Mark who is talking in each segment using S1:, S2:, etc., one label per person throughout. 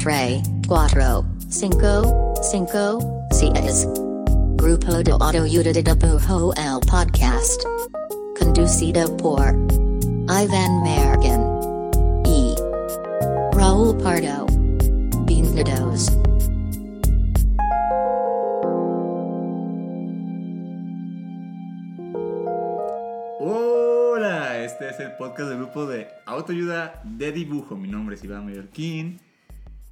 S1: Tres, cuatro, cinco, cinco, seis. Grupo de Autoyuda de Pujo el Podcast. Conducido por Ivan Mergen. E. Raul Pardo. Bienvenidos.
S2: Hola, este es el podcast del grupo de autoayuda de dibujo. Mi nombre es Iván Mallorquín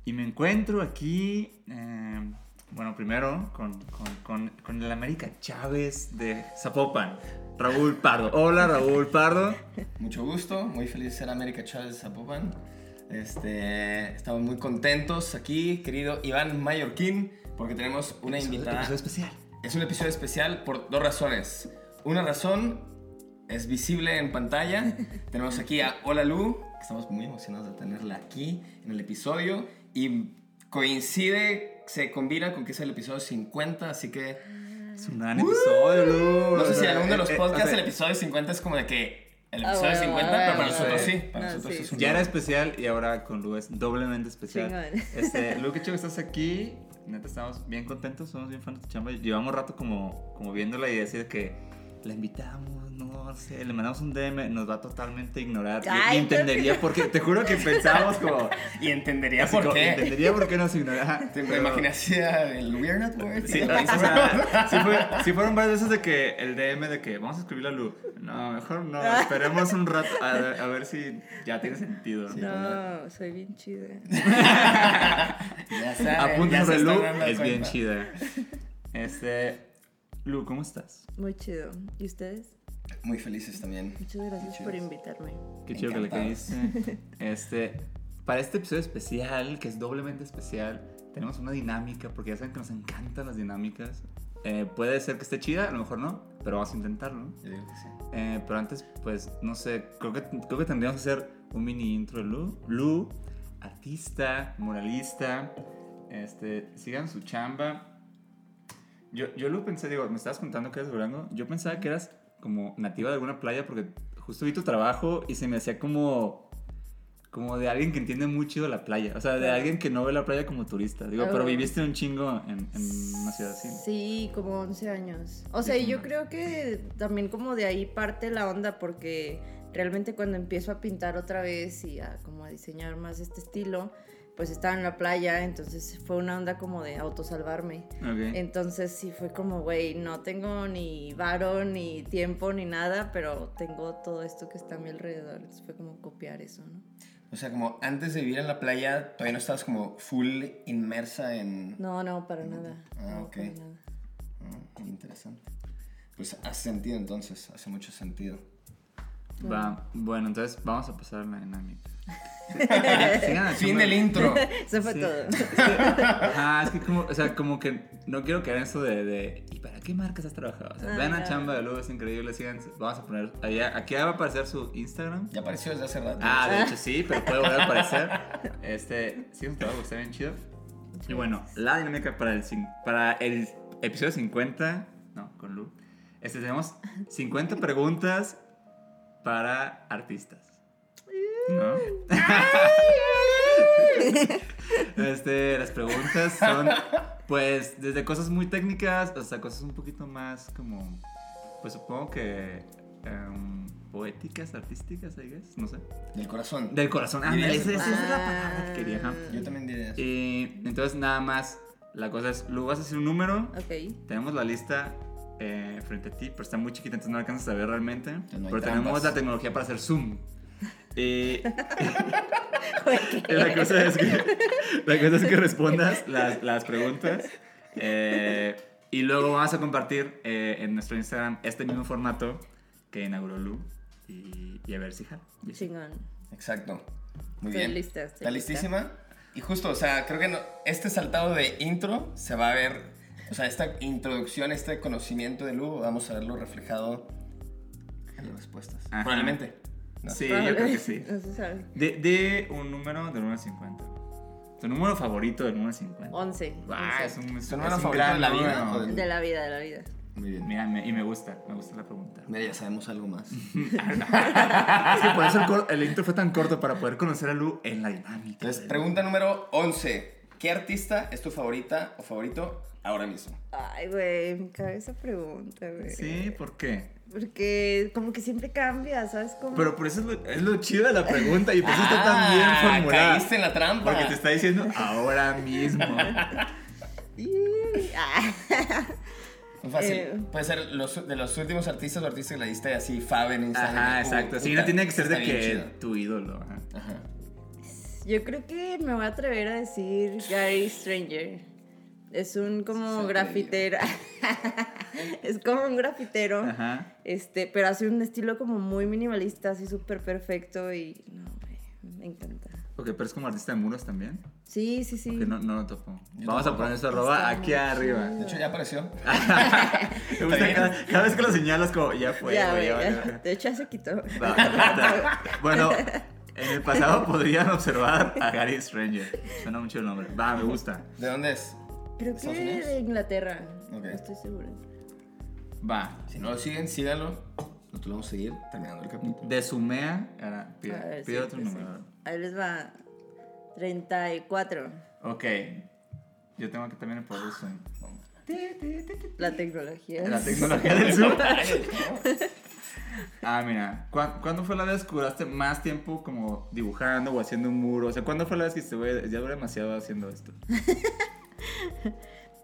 S2: y me encuentro aquí, eh, bueno, primero con, con- con- con el América Chávez de Zapopan, Raúl Pardo. Hola, Raúl Pardo.
S3: Mucho gusto, muy feliz de ser América Chávez de Zapopan. Este, estamos muy contentos aquí, querido Iván Mallorquín, porque tenemos una invitada.
S2: Episodio especial.
S3: Es un episodio especial por dos razones. Una razón es visible en pantalla. tenemos aquí a Hola Lu, que estamos muy emocionados de tenerla aquí en el episodio. Y coincide, se combina con que es el episodio 50, así que
S2: Es un gran episodio, Lu.
S3: no sé
S2: O
S3: si
S2: sea,
S3: en alguno de los
S2: eh, eh,
S3: podcasts
S2: o sea,
S3: el episodio 50 es como de que el
S4: Ah,
S3: episodio
S4: bueno,
S3: 50,
S4: bueno,
S3: pero para
S2: bueno.
S3: nosotros sí,
S2: Sí.
S3: para
S4: No,
S3: nosotros
S4: sí.
S3: es un
S2: Ya era
S3: logro.
S2: especial y ahora con Lu es doblemente especial.
S4: Chingón.
S2: Este, Lu, qué chido que estás aquí. Neta, estamos bien contentos, somos bien fans de tu chamba. Llevamos rato como, como viéndola y decir que la invitamos, no sé, le mandamos un DM, nos va a totalmente ignorar. Y- y
S4: Ay,
S2: entendería por qué, te juro que pensábamos como...
S3: Y entendería
S2: así
S3: por
S2: como,
S3: qué.
S2: Entendería por qué nos ignoraba.
S3: ¿Te
S2: pero-
S3: imaginas el Weird Network?
S2: Sí,
S3: Y
S2: o
S3: lo hizo-
S2: sea, sí fue- sí fueron varias veces de que el DM de que vamos a escribir a Lu. No, mejor no, esperemos un rato a, ver- a ver si ya tiene sentido.
S3: Sí.
S4: No, soy bien chida.
S3: Ya saben, ya
S2: Apunten
S3: se
S2: de
S3: están
S2: Lu,
S3: dando
S2: es bien
S3: cuenta.
S2: chida. Este, Lu, ¿cómo estás?
S4: Muy chido. ¿Y ustedes?
S3: Muy felices también.
S4: Muchas gracias
S3: Chidos.
S4: por invitarme.
S2: Qué chido que le
S3: Encantados.
S2: caíste. Este, para este episodio especial, que es doblemente especial, tenemos una dinámica, porque ya saben que nos encantan las dinámicas. Eh, puede ser que esté chida, a lo mejor no, pero vamos a intentarlo.
S3: Yo digo que sí.
S2: Eh, pero antes, pues, no sé, creo que, creo que tendríamos que hacer un mini intro de Lu. Lu, artista, muralista, este, sigan su chamba. Yo, yo Lu pensé, digo, me estabas contando que eres de Durango. Yo pensaba que eras como nativa de alguna playa porque justo vi tu trabajo y se me hacía como... Como de alguien que entiende muy chido la playa. O sea, de alguien que no ve la playa como turista. Digo, pero
S4: Oh.
S2: viviste un chingo en, en
S4: Mm,
S2: una ciudad así.
S4: Sí, como 11 años. O sea,
S2: Ujú.
S4: yo creo que también como de ahí parte la onda porque realmente cuando empiezo a pintar otra vez y a como a diseñar más este estilo, pues estaba en la playa, entonces fue una onda como de autosalvarme.
S2: Ok.
S4: Entonces sí fue como, güey, no tengo ni varo, ni tiempo, ni nada, pero tengo todo esto que está a mi alrededor. Entonces fue como copiar eso, ¿no?
S3: O sea, como antes de vivir en la playa, todavía no estabas como full inmersa en...
S4: No, no, para nada.
S3: Ah,
S4: no,
S3: ok.
S4: para nada.
S3: Ah, interesante. Pues hace sentido entonces, hace mucho sentido.
S2: Va, bueno, entonces vamos a pasar a la dinámica. Sigan haciendo-
S3: Fin del intro.
S4: Eso fue
S2: Sí.
S4: todo.
S2: Ajá, Ah, es que como, o sea, como que no quiero caer en eso de, de, ¿y para qué marcas has trabajado? O sea,
S4: Ah,
S2: vean la
S4: claro.
S2: chamba de Lu, es increíble, sigan, vamos a poner, allá, aquí va a aparecer su Instagram.
S3: Ya apareció desde hace rato.
S2: Ah, de hecho sí, pero puede volver a aparecer. Este, sí, un trabajo, está bien chido. Y bueno, la dinámica para el, cin- para el episodio 50, no, con Lu, este, tenemos 50 preguntas para artistas. ¿No? Este, las preguntas son, pues, desde cosas muy técnicas hasta cosas un poquito más como, pues supongo que em, poéticas, artísticas, I guess, no sé.
S3: Del corazón.
S2: Del corazón. Ah,
S3: Dirías
S2: esa,
S3: el
S2: esa es la palabra que
S4: corazón.
S2: quería. ajá.
S3: Yo también diría eso.
S2: Y Eh, entonces nada más, la cosa es, Lu, vas a decir un número.
S4: Ok.
S2: Tenemos la lista eh, frente a ti, pero está muy chiquita, entonces no alcanzas a ver realmente.
S3: no hay
S2: pero tenemos
S3: trampas.
S2: la tecnología para hacer zoom. Y la, cosa es que, la cosa es que respondas las, las preguntas. eh, y luego vamos a compartir eh, en nuestro Instagram este mismo formato que inauguró Lu. Y, y a ver si jala. Y sí.
S4: Chingón.
S3: Exacto. Muy
S4: Estoy
S3: bien.
S4: lista, estoy
S3: ¿Está
S4: lista.
S3: listísima? Y justo, o sea, creo que no- este saltado de intro se va a ver, o sea, esta introducción, este conocimiento de Lu, vamos a verlo reflejado en las respuestas.
S2: Ajá.
S3: Probablemente. ¿no?
S2: Sí, yo creo que sí.
S4: No se sabe.
S2: De, de un número del 1 al 50. Tu número favorito del 1 al 50.
S4: 11.
S2: Bah, es un, es,
S3: Tu número
S2: Ah, es un
S3: favorito
S2: gran
S3: de la vida,
S2: número.
S3: joder.
S4: De la vida, de la vida.
S3: Muy bien.
S2: Mira, me- y me gusta, me gusta la pregunta.
S3: Mira, ya sabemos algo más.
S2: Es que por eso el, cor- el intro fue tan corto para poder conocer a Lu en la dinámica.
S3: Entonces, pregunta número 11. ¿Qué artista es tu favorita o favorito ahora mismo?
S4: Ay, güey, me cabe esa pregunta, güey.
S2: Sí, ¿por qué?
S4: Porque como que siempre cambia, ¿sabes? Como...
S2: Pero por eso es lo, es lo chido de la pregunta y por eso está tan bien
S3: Ah,
S2: formulada.
S3: Caíste en la trampa.
S2: Porque te está diciendo ahora mismo.
S4: Y- Ah.
S3: Muy Fácil.
S4: Eh.
S3: Puede ser los- de los últimos artistas o artistas que le diste así, Fab en Instagram.
S2: Ajá,
S3: Uh,
S2: exacto. Sí,
S3: puta,
S2: no tiene que ser
S3: está
S2: de
S3: bien
S2: que
S3: chido.
S2: tu ídolo. ajá.
S3: Ajá.
S4: Yo creo que me voy a atrever a decir Gary Stranger. Es un
S3: Se
S4: como
S3: atrevió.
S4: grafitero. es como un grafitero.
S2: Ajá.
S4: Este, pero hace un estilo como muy minimalista, así súper perfecto y no, hombre, me encanta.
S2: Ok, pero es como artista de muros también.
S4: Sí, sí, sí.
S2: Que no, no lo topo.
S3: Yo
S2: Vamos a
S3: tampoco.
S2: poner esa arroba
S4: Está
S2: aquí
S4: muy
S2: arriba.
S4: chido.
S3: De hecho, ya apareció.
S2: Ah. Me gusta
S3: bien.
S2: cada, cada vez que lo señalas, como ya fue,
S4: ya,
S2: güey,
S4: güey,
S2: ya valió
S4: ya.
S2: verga.
S4: De hecho, ya se quitó.
S2: No, no, no. Bueno, en el pasado podrían observar a Gary Stranger. Suena mucho el nombre. Va, me gusta.
S3: ¿De dónde es?
S4: Creo
S3: ¿Estados
S4: que
S3: Unidos?
S4: de Inglaterra.
S3: Ok.
S4: No estoy segura.
S2: Va.
S3: Si no lo siguen, síganlo. Nosotros lo vamos a seguir terminando el capítulo.
S2: De Sumea. Ahora, pide,
S4: A ver,
S2: pide
S4: sí,
S2: otro
S4: sí, sí.
S2: número.
S4: Ahí les va. 34.
S2: Ok. Yo tengo que también el poder del Zoom.
S4: La tecnología.
S2: La tecnología del Zoom. Ah, mira. ¿cuá- ¿Cuándo fue la vez que duraste más tiempo como dibujando o haciendo un muro? O sea, ¿cuándo fue la vez que dijiste, güey, ya duré demasiado haciendo esto?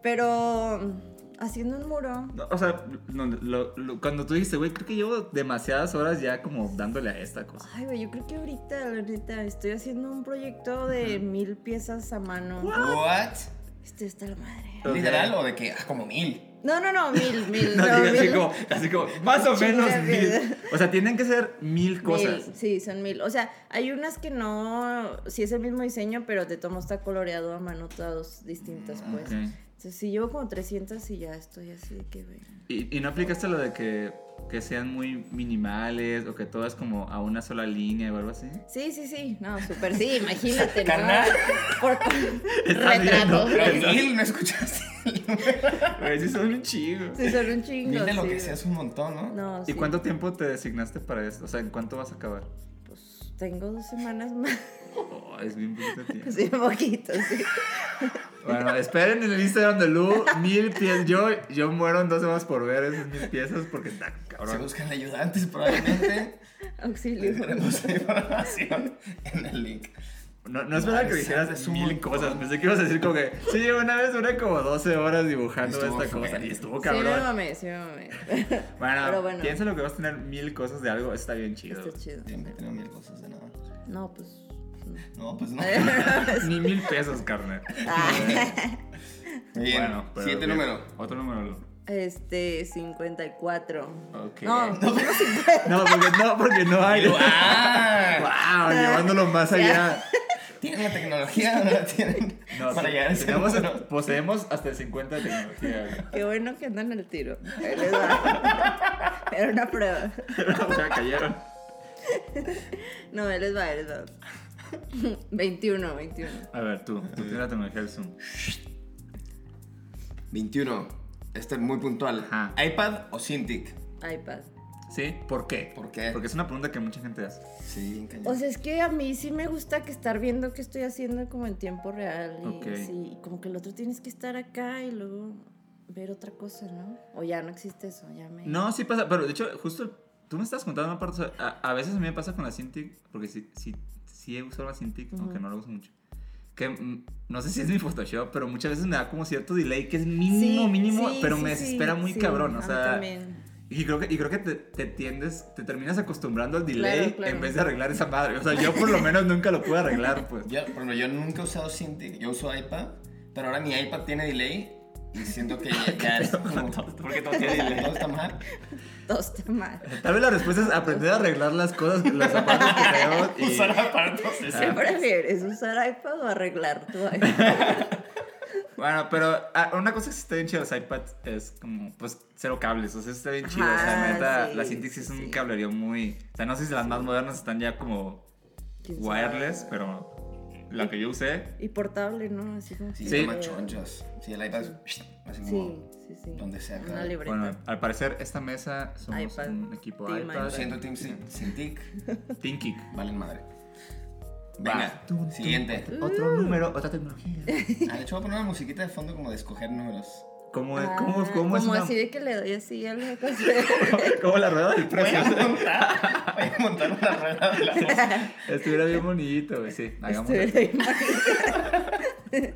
S4: Pero mm, haciendo un muro.
S2: No, o sea, no, lo- lo- cuando tú dijiste, güey, creo que llevo demasiadas horas ya como dándole a esta cosa.
S4: Ay, güey, yo creo que ahorita, la neta, estoy haciendo un proyecto de mil piezas a mano.
S3: ¿What?
S4: Esto está la madre.
S2: Ok.
S3: ¿Literal o de que ah, como mil?
S4: No, no, no, mil, mil.
S2: No, diga, así
S4: mil.
S2: como, así como, más o menos
S4: Chinga,
S2: mil.
S4: mira.
S2: O sea, tienen que ser mil cosas.
S4: Mil, sí, son mil. O sea, hay unas que no, sí es el mismo diseño, pero te tomo está coloreado a mano, todos distintos, pues.
S2: Ok.
S4: Entonces, sí, llevo como 300 y ya estoy así de que, güey.
S2: ¿Y, y no aplicaste lo de que, que sean muy minimales o que todo es como a una sola línea o algo así?
S4: Sí, sí, sí, no, súper sí, imagínate, ¿no?
S3: Carnal.
S4: Por
S2: Estás viendo.
S4: retrato.
S3: Pero mil, ¿no escuchaste?
S2: Güey, sí son un chingo.
S4: Sí, son un chingo.
S3: mil de lo
S4: sí,
S3: que
S4: güey.
S3: sea es un montón, ¿no?
S4: No,
S2: ¿Y
S4: sí,
S2: cuánto tiempo te designaste para esto? O sea, ¿en cuánto vas a acabar?
S4: Pues tengo dos semanas más.
S2: Oh, es bien poquito tiempo.
S4: Sí, un poquito, sí.
S2: Bueno, esperen en el Instagram de Lu, mil piezas. Yo, yo muero en dos semanas por ver esas mil piezas porque está
S3: Se
S2: cabrón.
S3: buscan ayudantes probablemente.
S4: Auxilio.
S3: Les daremos la información en el link.
S2: No, no esperaba que
S3: Madre
S2: dijeras
S3: santa, es un
S2: mil
S3: montón.
S2: cosas. Pensé que ibas a decir como que, sí, una vez duré como 12 horas dibujando
S3: Estuvo
S2: esta cosa.
S3: fuerte.
S2: Y estuvo
S4: Sí, me
S2: cabrón.
S4: mamé, sí, me mamé.
S2: bueno,
S4: Pero bueno.
S2: piensa lo que vas a tener mil cosas de algo. Está bien chido.
S4: Está chido.
S3: Siempre tengo mil cosas de nada.
S4: No, pues.
S3: No, pues no.
S2: Ni mil pesos, carnal.
S4: Ah.
S3: Muy bien.
S2: pero
S3: Siguiente
S2: bien.
S3: número.
S2: Otro número. Lu.
S4: Este, 54.
S2: Ok.
S4: No,
S2: No, porque no, porque no hay.
S3: ¡Ah!
S2: Wow, llevándolo más allá.
S3: ¿Tienen la tecnología o no la tienen?
S2: No,
S3: Para
S2: sí,
S3: llegar a ese
S2: tenemos- este-
S3: número.
S2: poseemos hasta el 50 de tecnología.
S4: qué bueno que andan al tiro. Ahí les va. Era una prueba.
S2: o sea, cayeron.
S4: No, él les va, ahí les va. 21, 21.
S2: A ver, tú, tú tienes la tecnología del Zoom.
S3: 21. Este es muy puntual.
S2: Ajá.
S3: ¿iPad o Cintiq?
S4: iPad.
S2: ¿Sí? ¿Por qué?
S3: ¿Por qué?
S2: Porque es una pregunta que mucha gente hace.
S3: Sí, bien cañón.
S4: O sea, es que a mí sí me gusta que estar viendo qué estoy haciendo como en tiempo real y
S2: Ok.
S4: así, y como que el otro tienes que estar acá y luego ver otra cosa, ¿no? O ya no existe eso, ya me...
S2: No, sí pasa, pero de hecho, justo tú me estás contando una parte. o sea, a, a veces a mí me pasa con la Cintiq, porque sí, sí, sí he usado la Cintiq, aunque no la uso mucho. Que mm, no sé si es mi Photoshop, pero muchas veces me da como cierto delay que es mínimo, mínimo,
S4: sí,
S2: pero
S4: sí,
S2: me
S4: sí,
S2: desespera muy
S4: sí,
S2: cabrón. O
S4: a mí
S2: sea,
S4: también.
S2: Y creo que, y creo que te, te tiendes, te terminas acostumbrando al delay
S4: Claro, claro.
S2: en vez de arreglar esa madre. O sea, yo por lo menos nunca lo pude arreglar, pues.
S3: Yo, por ejemplo, yo nunca he usado Cintiq. Yo uso iPad, pero ahora mi iPad tiene delay y siento que ya, ya es como...
S2: Porque todo tiene delay.
S3: Todo está mal.
S4: Dos temas.
S2: Tal vez la respuesta es aprender a arreglar las cosas, los zapatos que tenemos y... Ah,
S3: Usar aparatos.
S4: ¿Qué prefieres, usar iPad o arreglar tu iPad?
S2: Bueno, pero ah, una cosa que sí está bien chida de los iPads es como, pues, cero cables. O sea, está bien chido. o sea,
S4: Ajá,
S2: neta,
S4: sí,
S2: la Cintiq sí es
S4: sí,
S2: un
S4: sí.
S2: cablerío muy... O sea, no sé si las más modernas están ya como
S4: ¿Quién sabe?
S2: wireless, pero la que yo usé...
S4: Y portable, ¿no? Así como...
S3: Sí,
S4: que-
S2: Sí.
S3: sí. toma chonchas. Sí, el iPad es así
S4: Sí,
S3: como...
S4: sí. sí, sí.
S3: Donde sea,
S4: Una
S3: claro.
S4: libreta.
S2: Bueno, al parecer esta mesa somos
S4: iPad,
S2: un equipo
S4: team
S2: iPad.
S4: iPad.
S3: Siendo Team Sin- Cintiq,
S2: Tinkic.
S3: valen madre.
S2: Va.
S3: Venga,
S2: Tum, tum.
S3: siguiente.
S4: Uh.
S2: Otro número, otra tecnología.
S3: Ah, de hecho, voy a poner una musiquita de fondo como de escoger números.
S2: ¿Cómo, es-
S4: Ah,
S2: cómo, cómo es
S4: como
S2: una-
S4: así de que le doy así a la cosa.
S2: ¿Cómo la rueda del
S3: Voy
S2: precio?
S3: a montar, voy a montar una rueda de la voz.
S2: Estuviera bien bonito, güey. Sí, hagamos
S4: Este,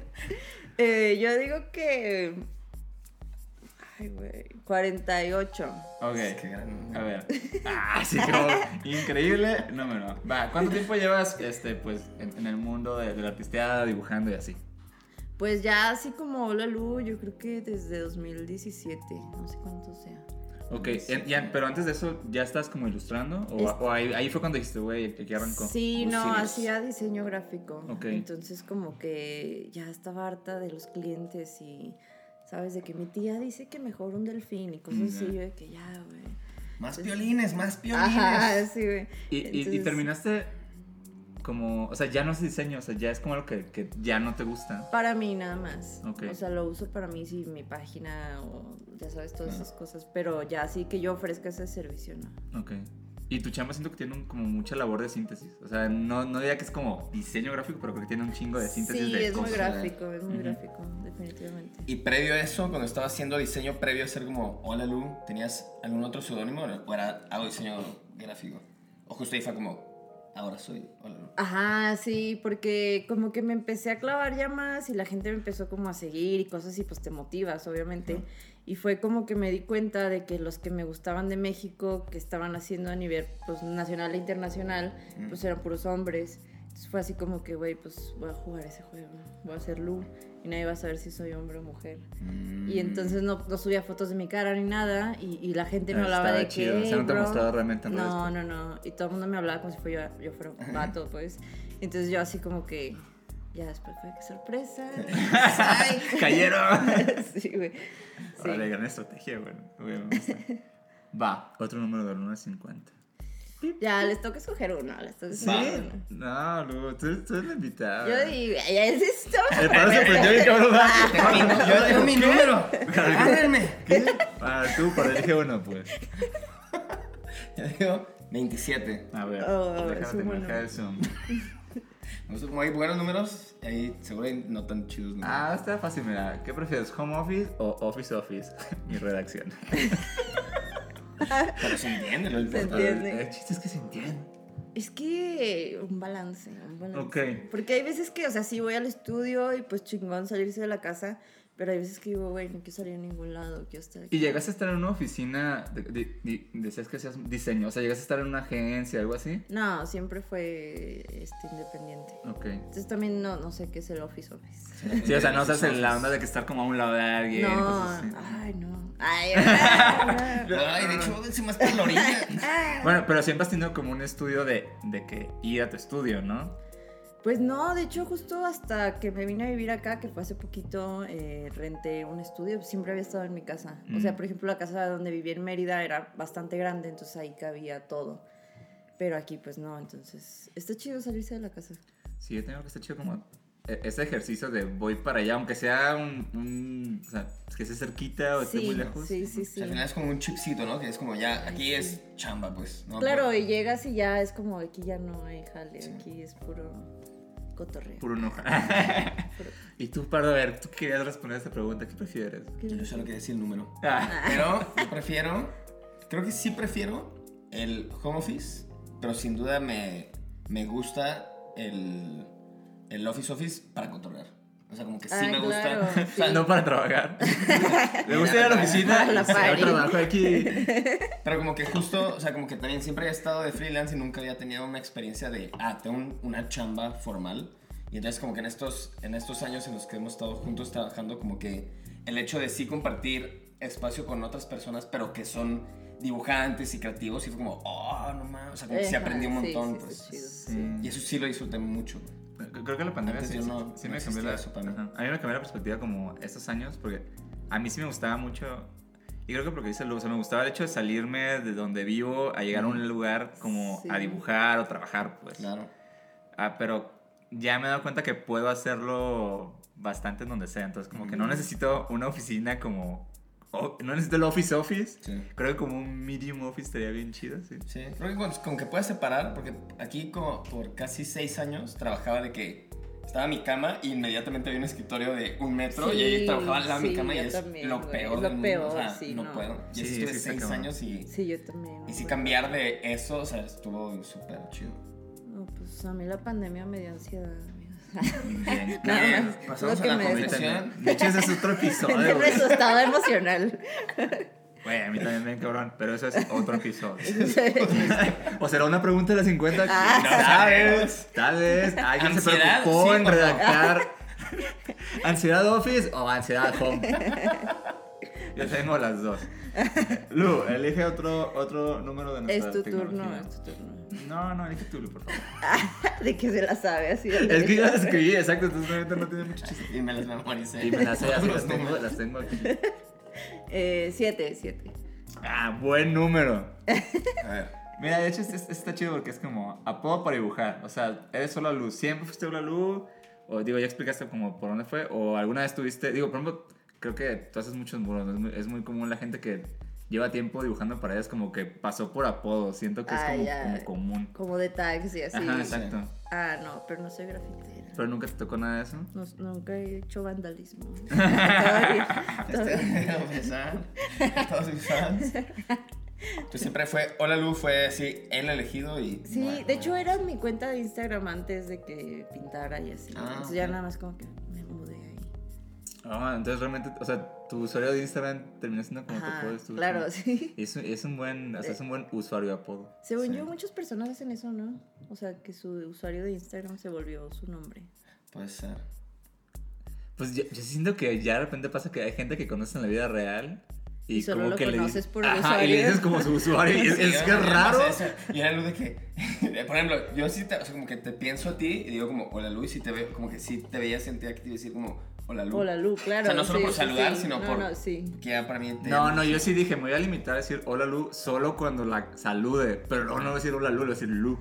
S4: eh, yo digo que. Ay, güey. 48.
S2: Ok.
S3: Qué gran
S2: A ver. Ah, sí, como increíble número. Va, ¿cuánto tiempo llevas este, pues, en, en el mundo de, de la artisteada, dibujando y así?
S4: Pues ya así como Hola Lu, yo creo que desde 2017. No sé cuánto sea.
S2: Ok, en- ya, pero antes de eso, ¿ya estás como ilustrando? ¿O,
S4: Es-
S2: o ahí, ahí fue cuando dijiste, güey, el que arrancó?
S4: Este Sí,
S3: Pues
S4: no,
S3: sí, es-
S4: hacía diseño gráfico.
S2: Ok.
S4: Entonces como que ya estaba harta de los clientes y, ¿sabes? De que mi tía dice que mejor un delfín y cosas así,
S2: Mm, Ya.
S4: yo de que ya, güey.
S3: Más piolines, más piolines.
S4: Ajá, sí, güey.
S2: Y, y- y
S4: Entonces-
S2: terminaste como, o sea, ya no es diseño, o sea, ya es como algo que, que ya no te gusta.
S4: Para mí nada más.
S2: Ok.
S4: O sea, lo uso para mí, sí, mi página o ya sabes, todas esas cosas. Pero ya así que yo ofrezca ese servicio, ¿no?
S2: Ok. Y tu chamba siento que tiene un- como mucha labor de síntesis. O sea, no, no diría que es como diseño gráfico, pero creo que tiene un chingo de síntesis
S4: Sí,
S2: de
S4: es muy
S2: cosas.
S4: gráfico, es muy
S2: Ujú.
S4: gráfico, definitivamente.
S3: Y previo a eso, cuando estaba haciendo diseño, previo a ser como Hola Lu, ¿tenías algún otro seudónimo o era hago diseño gráfico? O justo ahí fue como, ahora soy Hola Lu.
S4: Ajá, sí, porque como que me empecé a clavar ya más y la gente me empezó como a seguir y cosas y pues te motivas, obviamente. Y fue como que me di cuenta de que los que me gustaban de México, que estaban haciendo a nivel pues, nacional e internacional, pues eran puros hombres. Entonces fue así como que, güey, pues voy a jugar ese juego, voy a ser Lu y nadie va a saber si soy hombre o mujer. Y
S2: Mm.
S4: entonces no, no subía fotos de mi cara ni nada y, y la gente me
S2: Ah,
S4: hablaba
S2: estaba
S4: de
S2: chido,
S4: que...
S2: o sea, no te
S4: "Hey, bro".
S2: mostraba realmente en redes,
S4: No,
S2: pues.
S4: no, no. Y todo el mundo me hablaba como si fuera yo, yo fuera un vato, pues. Entonces yo así como que... Ya después fue, qué sorpresa. Ay.
S2: Cayeron.
S4: sí, güey. Sí.
S2: Órale, gran estrategia, güey. Güey, me gusta. Va, otro número del 1 al 50.
S4: Ya, les toca escoger uno, les toca escoger
S3: Sí.
S4: uno.
S2: No, Lu, tú, tú eres la invitada.
S4: Yo digo, ya es esto.
S2: El paro se prendió y cabrón va.
S3: Ah, Tengo mi- yo tengo mi número, agárrenme.
S2: ¿Qué? Ah, tú, para el G1, pues.
S3: Yo digo 27.
S2: A ver, pues,
S4: Oh, es un
S2: déjame
S4: buen
S2: marcar el zoom.
S3: Me gusta como hay buenos números, y ahí seguro hay no tan chidos números.
S2: Ah, está fácil, mira. ¿Qué prefieres, home office o office office? Mi redacción.
S3: Pero se entiende, lo
S4: Se
S3: importante.
S4: entiende.
S2: El chiste es que se entiende.
S4: Es que un balance, un balance.
S2: Ok.
S4: Porque hay veces que, o sea, sí voy al estudio y pues chingón salirse de la casa, pero hay veces que digo, güey, no quiero salir a ningún lado, quiero estar aquí.
S2: ¿Y llegaste a estar en una oficina? De, de- de- decías que hacías diseño. O sea, ¿llegaste a estar en una agencia algo así?
S4: No, siempre fue este, independiente.
S2: Ok.
S4: Entonces también no, no sé qué es el office office.
S2: Sí, o sea, no estás en la onda de que estar como a un lado de alguien.
S4: no,
S2: cosas así.
S4: ay, no. Ay, ay, no.
S3: Ay, de hecho, se más por la orilla.
S2: Bueno, pero siempre has tenido como un estudio de, de que ir a tu estudio, ¿no?
S4: Pues no, de hecho justo hasta que me vine a vivir acá, que fue hace poquito, eh, renté un estudio, siempre había estado en mi casa. O sea,
S2: Mm.
S4: por ejemplo, la casa donde vivía en Mérida era bastante grande, entonces ahí cabía todo. Pero aquí pues no, entonces está chido salirse de la casa.
S2: Sí, yo tengo que estar chido como e- ese ejercicio de voy para allá, aunque sea un, un- o sea, que esté cerquita o esté
S4: sí,
S2: muy lejos.
S4: sí, sí,
S3: O sea,
S4: sí.
S3: al final es como un chipcito, ¿no? Que es como ya, aquí es chamba, pues. ¿no?
S4: Claro, y llegas y ya es como aquí ya no hay jale, aquí es puro cotorreo.
S2: Puro enojo. y tú, Pardo, a ver, tú querías responder a esta pregunta, ¿qué prefieres?
S3: Yo solo quería decir el número.
S2: Ah,
S3: Pero yo prefiero, creo que sí prefiero el home office, pero sin duda me, me gusta el, el office office para controlar. O sea, como que sí
S4: Ah,
S3: me gusta.
S4: claro,
S3: O sea,
S4: sí.
S2: no para trabajar. Me gusta ir a la oficina
S4: Para la
S2: y se
S4: party.
S2: trabajo aquí.
S3: Pero como que justo, o sea, como que también siempre he estado de freelance y nunca había tenido una experiencia de, ah, tengo un- una chamba formal. Y entonces como que en estos, en estos años en los que hemos estado juntos trabajando, como que el hecho de sí compartir espacio con otras personas, pero que son dibujantes y creativos, y fue como, oh, no mames, o sea, como que sí
S4: Ajá,
S3: aprendí un
S4: sí,
S3: montón,
S4: sí,
S3: pues.
S4: está chido, sí.
S3: Y eso sí lo disfruté mucho.
S2: Creo que la pandemia
S3: Antes
S2: sí,
S3: yo
S2: sí-
S3: no-
S2: sí
S3: no
S2: me cambió
S3: existía
S2: la,
S3: eso para mí.
S2: ajá. A mí me cambió la perspectiva como estos años, porque a mí sí me gustaba mucho, y creo que porque dice Lu, o sea, me gustaba el hecho de salirme de donde vivo a llegar a un lugar como
S4: Sí.
S2: a dibujar o trabajar, pues.
S3: Claro.
S2: Ah, pero ya me he dado cuenta que puedo hacerlo bastante en donde sea, entonces como que no necesito una oficina como o- no necesito el office office.
S3: Sí.
S2: Creo que como un medium office estaría bien chido, sí.
S3: Sí, creo que con, con que puedas separar, porque aquí como por casi seis años trabajaba de que estaba mi cama y inmediatamente había un escritorio de un metro y ahí
S4: Sí,
S3: trabajaba al lado de mi
S4: sí,
S3: cama y
S4: yo
S3: es
S4: también,
S3: lo
S4: güey,
S3: peor
S4: es lo
S3: del mundo.
S4: peor,
S3: O sea,
S4: sí,
S3: no,
S4: no.
S3: puedo. Y así
S2: Sí,
S3: estuve
S2: sí está
S3: seis
S2: cabrón.
S3: años y,
S4: Sí, yo también.
S3: y sí
S4: güey.
S3: cambiar de eso, o sea, estuvo súper chido.
S4: No, pues a mí la pandemia me dio ansiedad, amigos.
S2: Bien.
S4: Nada
S3: Bien,
S4: más,
S3: pasamos
S4: lo
S3: a
S4: que
S3: la
S4: me
S2: Ahorita
S3: conversación.
S2: me- De hecho, ese es otro episodio,
S4: Siempre
S2: güey.
S4: en su estado emocional.
S2: Güey, a mí también me cabrón, pero eso es otro episodio. O será una pregunta de las 50.
S4: Ah.
S2: No sabes. Tal vez alguien se
S3: Ansiedad, sí
S2: preocupó
S3: o
S2: en
S3: no.
S2: redactar. ¿Ansiedad office o ansiedad home? Yo tengo las dos. Lu, elige otro, otro número de nuestra
S4: Es tu
S2: tecnología.
S4: turno, es tu turno.
S2: No, no, elige tú, Lu, por favor.
S4: De que se la sabe así. de
S2: Es que yo
S4: derecho.
S2: las escribí, exacto, entonces realmente no tiene mucho chiste.
S3: Y me las memoricé.
S2: Y me las sé, así
S3: Todos
S2: las tengo,
S3: números.
S2: las tengo aquí.
S4: Eh, siete, siete.
S2: Ah, buen número.
S3: A ver.
S2: Mira, de hecho, este, este está chido porque es como apodo para dibujar. O sea, eres solo la luz. ¿Siempre fuiste la luz? O digo, ya explicaste como por dónde fue. O alguna vez tuviste. Digo, por ejemplo, creo que tú haces muchos muros. ¿no? Es muy, es muy común la gente que lleva tiempo dibujando paredes como que pasó por apodo. Siento que es
S4: Ah,
S2: como,
S4: ya.
S2: como común.
S4: Como de tags y así.
S2: Ajá, exacto.
S4: Ah, no, pero no soy grafitera.
S2: Pero nunca te tocó nada de eso.
S4: No- nunca he hecho vandalismo. Todavía-
S3: Este,
S4: todavía.
S3: empezar. Todos mis fans. Tú siempre fue, Hola Lu fue así, él elegido y.
S4: Sí,
S3: bueno,
S4: de hecho era mi cuenta de Instagram antes de que pintara y así.
S3: Ah,
S4: Entonces ya
S3: ok.
S4: nada más como que me mudé ahí.
S2: Ah, entonces realmente, o sea, tu usuario de Instagram terminó siendo como tu
S4: Ajá,
S2: apodo. estuvo
S4: claro,
S2: chido.
S4: sí.
S2: Y Es, un- es un buen, o sea, es un buen usuario de apodo.
S4: Según
S3: Sí.
S4: yo, muchas personas hacen eso, ¿no? O sea, que su usuario de Instagram se volvió su nombre.
S3: Puede ser.
S2: Pues yo, yo siento que ya de repente pasa que hay gente que conoce en la vida real y,
S4: Y solo
S2: como
S4: lo
S2: que le
S4: conoces
S2: dices,
S4: por
S2: Ajá, y le
S4: usuario.
S2: dices como su usuario y es,
S3: Sí,
S2: es
S3: yo
S2: que
S3: no
S2: es
S3: sé
S2: raro.
S3: eso. Y era luz de que, por ejemplo, yo sí, te, o sea, como que te pienso a ti y digo como, hola Luis, y te veo, como que sí te veía sentir que te iba a decir como, hola Lu.
S4: Hola, Lu, claro.
S3: O sea, no solo
S4: sí,
S3: por
S4: sí,
S3: saludar,
S4: sí.
S3: sino
S4: No,
S3: por.
S4: No, sí.
S3: Que ya para mí. te-
S2: No, no, yo sí dije, me voy a limitar a decir hola Lu solo cuando la salude, pero no, no voy a decir hola Lu, le voy a decir Lu.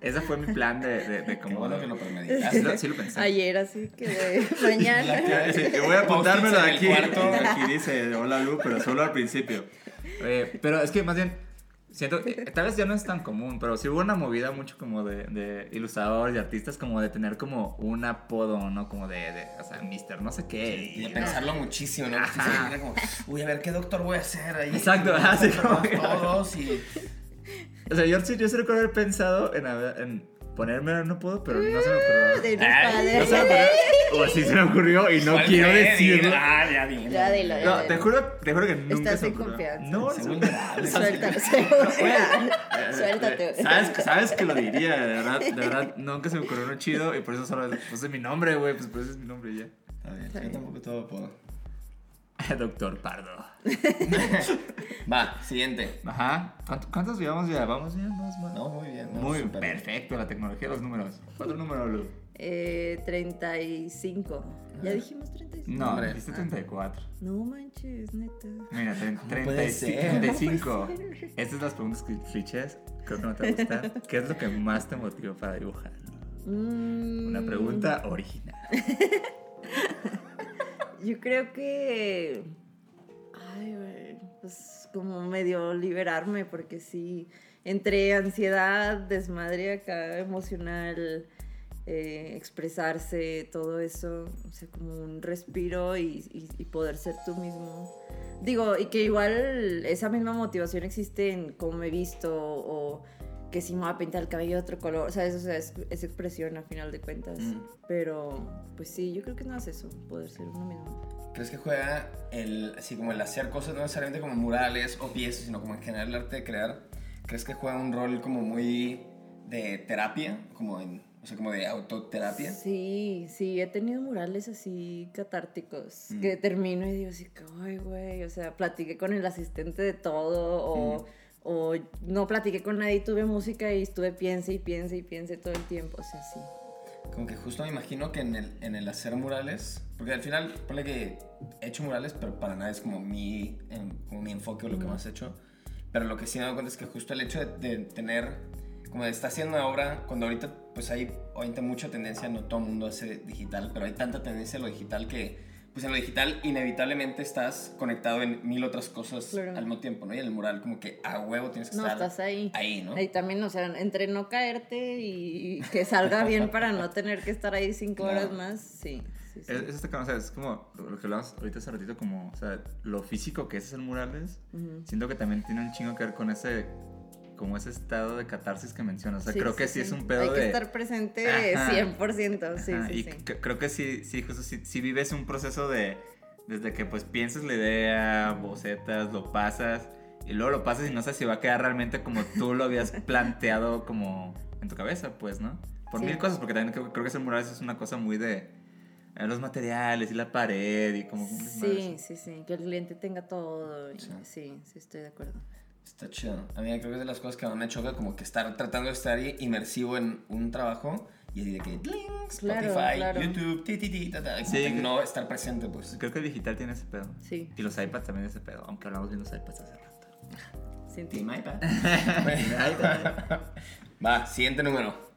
S2: Ese fue mi plan de, de, de
S3: Qué
S2: como...
S3: bueno que lo
S2: Sí lo,
S3: premeditaste.
S2: sí lo pensé.
S4: Ayer, así que güey,
S3: La
S4: mañana.
S3: que-
S2: Sí, que voy a apuntármelo
S3: Post-its en el
S2: aquí.
S3: cuarto.
S2: Aquí dice hola Lu, pero solo al principio. Oye, pero es que más bien, siento, eh, tal vez ya no es tan común, pero sí hubo una movida mucho como de, de ilustradores y artistas como de tener como un apodo, ¿no? Como de, de, o sea, Mister no sé qué.
S3: Y de
S2: y-
S3: pensarlo muchísimo, ¿no?
S2: Ajá.
S3: Sí, Era como, uy, a ver qué doctor voy a hacer ahí.
S2: Exacto,
S3: Vamos a
S2: así
S3: probar
S2: como que-
S3: Todos y.
S2: O sea, yo, sí- yo sí recuerdo haber pensado en, haber- en ponerme un apodo, pero no se me
S4: De
S2: ocurrió.
S4: mis
S3: Ay,
S2: No
S4: padres.
S2: se me ocurrió. O sí se me ocurrió y no
S3: ¿Cuál
S2: quiero
S3: fue?
S2: decirlo.
S3: Dilo. Ah, ya dilo.
S4: Ya dilo, ya
S2: No,
S4: dilo.
S2: te juro, te juro que nunca
S4: Estás
S2: se me
S4: en
S2: ocurrió.
S4: confianza.
S2: No, no se me ocurrió.
S4: Suéltate. Suéltate. güey.
S2: ¿Sabes, sabes que lo diría, de verdad, de verdad, nunca se me ocurrió uno chido y por eso solo puse mi nombre, güey, pues por eso es mi nombre y ya.
S3: Está bien, Yo tampoco todo puedo.
S2: Doctor Pardo.
S3: Va, siguiente.
S2: Ajá. ¿Cuánto- ¿Cuántos llevamos ya? Vamos bien, vamos mal.
S3: No, muy bien. no,
S2: Muy
S3: súper bien.
S2: perfecto, la tecnología de los números. ¿Cuánto número, Lu?
S4: Eh, 35.
S3: Ah.
S4: Ya dijimos 35.
S2: No,
S3: Hombre.
S2: dijiste 34.
S4: No manches, neta.
S2: Mira, tre-
S3: puede
S2: 30
S3: ser?
S2: 35.
S4: No puede ser.
S2: Estas son las preguntas que clichés. Creo que no te gustan. ¿Qué es lo que más te motivó para dibujar?
S4: Una Mm.
S2: Una pregunta original.
S4: Yo creo que. Ay, güey. Pues como medio liberarme, porque sí. Entre ansiedad, desmadre acá emocional, eh, expresarse, todo eso. O sea, como un respiro y, y- y poder ser tú mismo. Digo, y que igual esa misma motivación existe en cómo me he visto o que si me voy a pintar el cabello de otro color. ¿sabes? O sea, es, es expresión a final de cuentas.
S3: Mm.
S4: Pero, pues sí, yo creo que no es eso, poder ser uno mismo.
S3: ¿Crees que juega el, así como el hacer cosas, no necesariamente como murales o piezas, sino como en general el arte de crear? ¿Crees que juega un rol como muy de terapia? Como en, o sea, como de autoterapia.
S4: Sí, sí, he tenido murales así catárticos
S3: Mm.
S4: que termino y digo así, que, ay, güey, o sea, platiqué con el asistente de todo o,
S3: Mm.
S4: o no platiqué con nadie, tuve música y estuve piense y piense y piense todo el tiempo, o sea, sí.
S3: Como que justo me imagino que en el, en el hacer murales, porque al final, ponle que he hecho murales, pero para nada es como mi, en- como mi enfoque o lo que
S4: Ujú.
S3: más he hecho. Pero lo que sí me doy cuenta es que justo el hecho de, de tener, como de estar haciendo una obra, cuando ahorita pues hay obviamente mucha tendencia, no todo el mundo hace digital, pero hay tanta tendencia a lo digital que pues en lo digital inevitablemente estás conectado en mil otras cosas
S4: Claro.
S3: al mismo tiempo, ¿no? Y en el mural como que a huevo tienes que
S4: No,
S3: estar
S4: estás ahí.
S3: ahí, ¿no?
S4: Y también, o sea, entre no caerte y que salga bien para no tener que estar ahí cinco
S3: Claro.
S4: horas más, sí. sí, sí.
S2: Es, es esta cosa, o sea, es como lo lo que hablamos ahorita hace ratito, como, o sea, lo físico que es hacer murales,
S4: Ujú.
S2: siento que también tiene un chingo que ver con ese, como ese estado de catarsis que mencionas. O sea,
S4: Sí,
S2: creo que sí,
S4: sí.
S2: es un pedo
S4: Hay
S2: de...
S4: que estar presente
S2: Ajá.
S4: 100%, sí,
S2: Ajá,
S4: sí,
S2: y
S4: sí.
S2: c- creo que sí, sí, justo sí, sí vives un proceso de, desde que pues piensas la idea, bocetas, lo pasas, y luego lo pasas y no sabes si va a quedar realmente como tú lo habías planteado como en tu cabeza, pues, ¿no? Por
S4: Sí.
S2: mil cosas, porque también creo, creo que hacer murales es una cosa muy de eh, los materiales y la pared y como...
S4: Sí, sí, sí, que el cliente tenga todo. y-
S3: Sí.
S4: Sí, sí, estoy de acuerdo.
S3: Está chido. A mí creo que es de las cosas que más me choca, como que estar tratando de estar ahí inmersivo en un trabajo y así de que tling, Spotify,
S4: Claro, claro.
S3: YouTube, ti, ti, ti, ta, ta, y como
S2: Sí,
S3: que
S2: que-
S3: no estar presente, pues.
S2: Creo que el digital tiene ese pedo.
S4: Sí.
S2: Y los iPads también ese pedo, aunque hablamos bien los iPads hace rato.
S4: Sí,
S3: Team iPad.
S2: iPad.
S3: Va, siguiente número.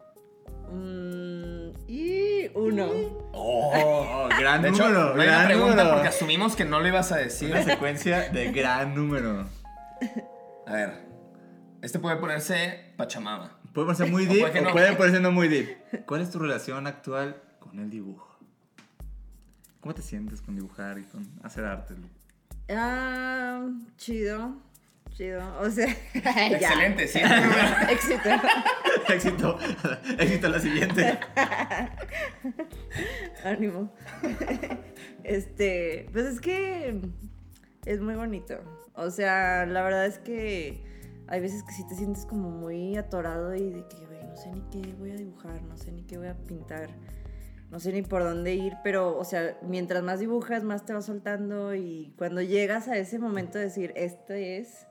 S4: Mm, y uno.
S2: Oh, gran
S3: De hecho,
S2: número,
S3: no hay una
S2: gran
S3: pregunta
S2: número.
S3: porque asumimos que no lo ibas a decir.
S2: Una secuencia de gran número.
S3: A ver, este puede ponerse Pachamama.
S2: Puede parecer muy
S3: O
S2: deep
S3: puede que
S2: o
S3: no.
S2: puede parecer no muy deep. ¿Cuál es tu relación actual con el dibujo? ¿Cómo te sientes con dibujar y con hacer arte, Lu?
S4: Ah, chido, chido. O sea, ya.
S3: Excelente, siguiente número.
S4: Éxito.
S2: Éxito, éxito a la siguiente.
S4: Ánimo. este, pues es que es muy bonito. O sea, la verdad es que hay veces que sí te sientes como muy atorado y de que, güey, no sé ni qué voy a dibujar, no sé ni qué voy a pintar, no sé ni por dónde ir, pero, o sea, mientras más dibujas, más te vas soltando y cuando llegas a ese momento de decir, este es,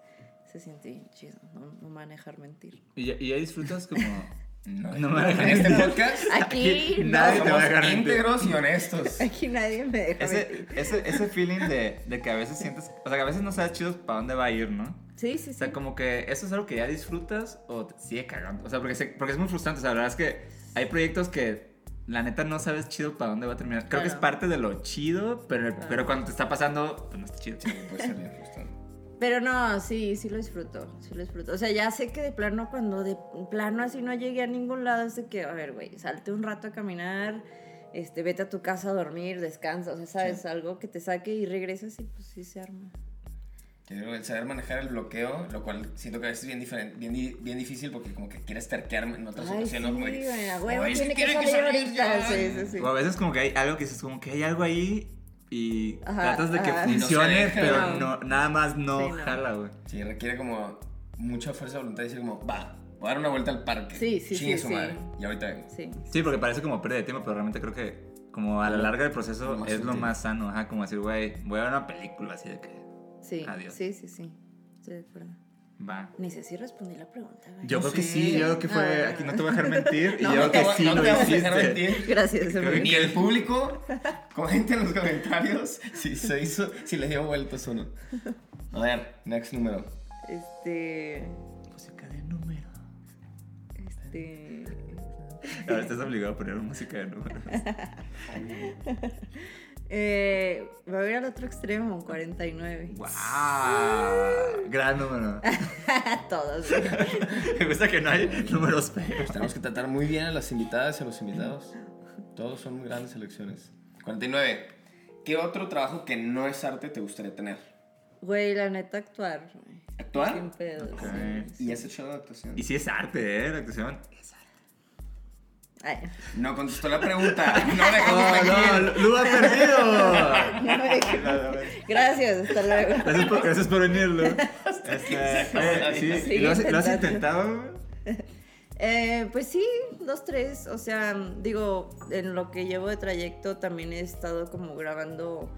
S4: se siente bien chido, no, no me van a dejar mentir.
S2: ¿Y ya, y ya disfrutas como...
S3: No,
S2: No me dejan
S3: en este podcast
S4: Aquí,
S2: Aquí
S4: no,
S2: nadie te va a
S3: somos
S2: dejar mentir.
S3: íntegros y honestos.
S4: aquí nadie me deja
S2: Ese,
S4: mentir.
S2: ese, ese feeling de, de que a veces sientes... O sea, que a veces no sabes chido para dónde va a ir, ¿no?
S4: Sí, sí,
S2: O
S4: sí.
S2: sea, como que eso es algo que ya disfrutas o te sigue cagando. O sea, porque, se- porque es muy frustrante. O sea, la verdad es que hay proyectos que la neta no sabes chido para dónde va a terminar. Creo que es
S4: Claro.
S2: parte de lo chido, pero, pero cuando te está pasando, pues no está chido.
S3: Puede ser bien frustrante.
S4: Pero no, sí, sí lo disfruto, sí lo disfruto. O sea, ya sé que de plano, cuando de plano así no llegué a ningún lado, es de que, a ver, güey, salte un rato a caminar, este, vete a tu casa a dormir, descansa, o sea, sabes, algo que te saque y regresas y pues sí se arma.
S3: Yo creo que el saber manejar el bloqueo, lo cual siento que a veces es bien, diferente, bien, di- bien difícil porque como que quieres terquearme en otra
S4: Ay,
S3: situación, ¿no?
S4: Pues sí,
S3: Como de que,
S4: güey, a huevo,
S3: "Ay, es
S4: tiene que
S3: tiene
S4: salir, ahorita.
S3: ya".
S4: Sí, sí, sí.
S2: O a veces como que hay algo que dices, como que hay algo ahí y
S4: Ajá,
S2: tratas de que
S4: ajá.
S2: funcione,
S3: No se deja.
S2: pero no, nada más no
S4: Sí, no.
S2: jala, güey.
S3: Sí, requiere como mucha fuerza de voluntad y decir como, va, voy a dar una vuelta al parque.
S4: Sí, sí,
S3: Chingue
S4: sí,
S3: su
S4: sí.
S3: madre. Y ahorita vengo.
S4: Sí.
S2: Sí, porque parece como pérdida de tiempo, pero realmente creo que como a la larga del proceso
S3: Lo más
S2: es lo
S3: útil.
S2: más sano. Ajá, como decir, güey, voy a ver una película así de que
S4: Sí,
S2: Adiós.
S4: sí, sí, sí. Estoy de acuerdo.
S2: va.
S4: Ni sé si respondí la pregunta, güey.
S2: Yo creo que
S3: Sí.
S2: sí, yo creo que fue.
S4: Ah.
S2: Aquí no te voy a dejar mentir. Y
S4: No,
S2: yo creo
S4: no te
S2: que
S3: voy-
S2: sí
S3: no
S2: lo
S3: te vamos a dejar
S2: hiciste.
S3: mentir.
S4: Gracias,
S2: Creo
S4: amigo.
S3: Ni el público, comenten en los comentarios si se hizo, si les dio vueltas o no. A ver, next número.
S4: Este.
S2: Música de número.
S4: Este.
S2: Ahora estás obligado a poner música de número.
S4: Eh, voy a ir al otro extremo, 49.
S2: ¡Wow! Gran número.
S4: Todos. güey.
S2: Me gusta que no hay números
S3: Pues
S2: feos.
S3: tenemos que tratar muy bien a las invitadas y a los invitados. Todos son muy grandes elecciones. 49. ¿Qué otro trabajo que no es arte te gustaría tener?
S4: Güey, la neta, actuar. güey. Sin
S3: ¿Actuar?
S4: pedos.
S2: Ok.
S4: sí.
S3: ¿Y has hecho actuación?
S2: Y sí es arte, ¿eh? La actuación.
S4: Ay,
S3: No contestó la pregunta. No
S2: ¡Oh,
S3: dejó
S2: no! ¡Lu ha perdido!
S4: no me dejes. Gracias, hasta luego.
S2: Gracias por, gracias por venir, Lu. Este,
S3: la
S2: oye,
S3: vida.
S2: sí, ¿lo, has, lo has
S4: Sigue
S2: intentado?
S4: Eh, pues sí, dos, tres. O sea, digo, en lo que llevo de trayecto también he estado como grabando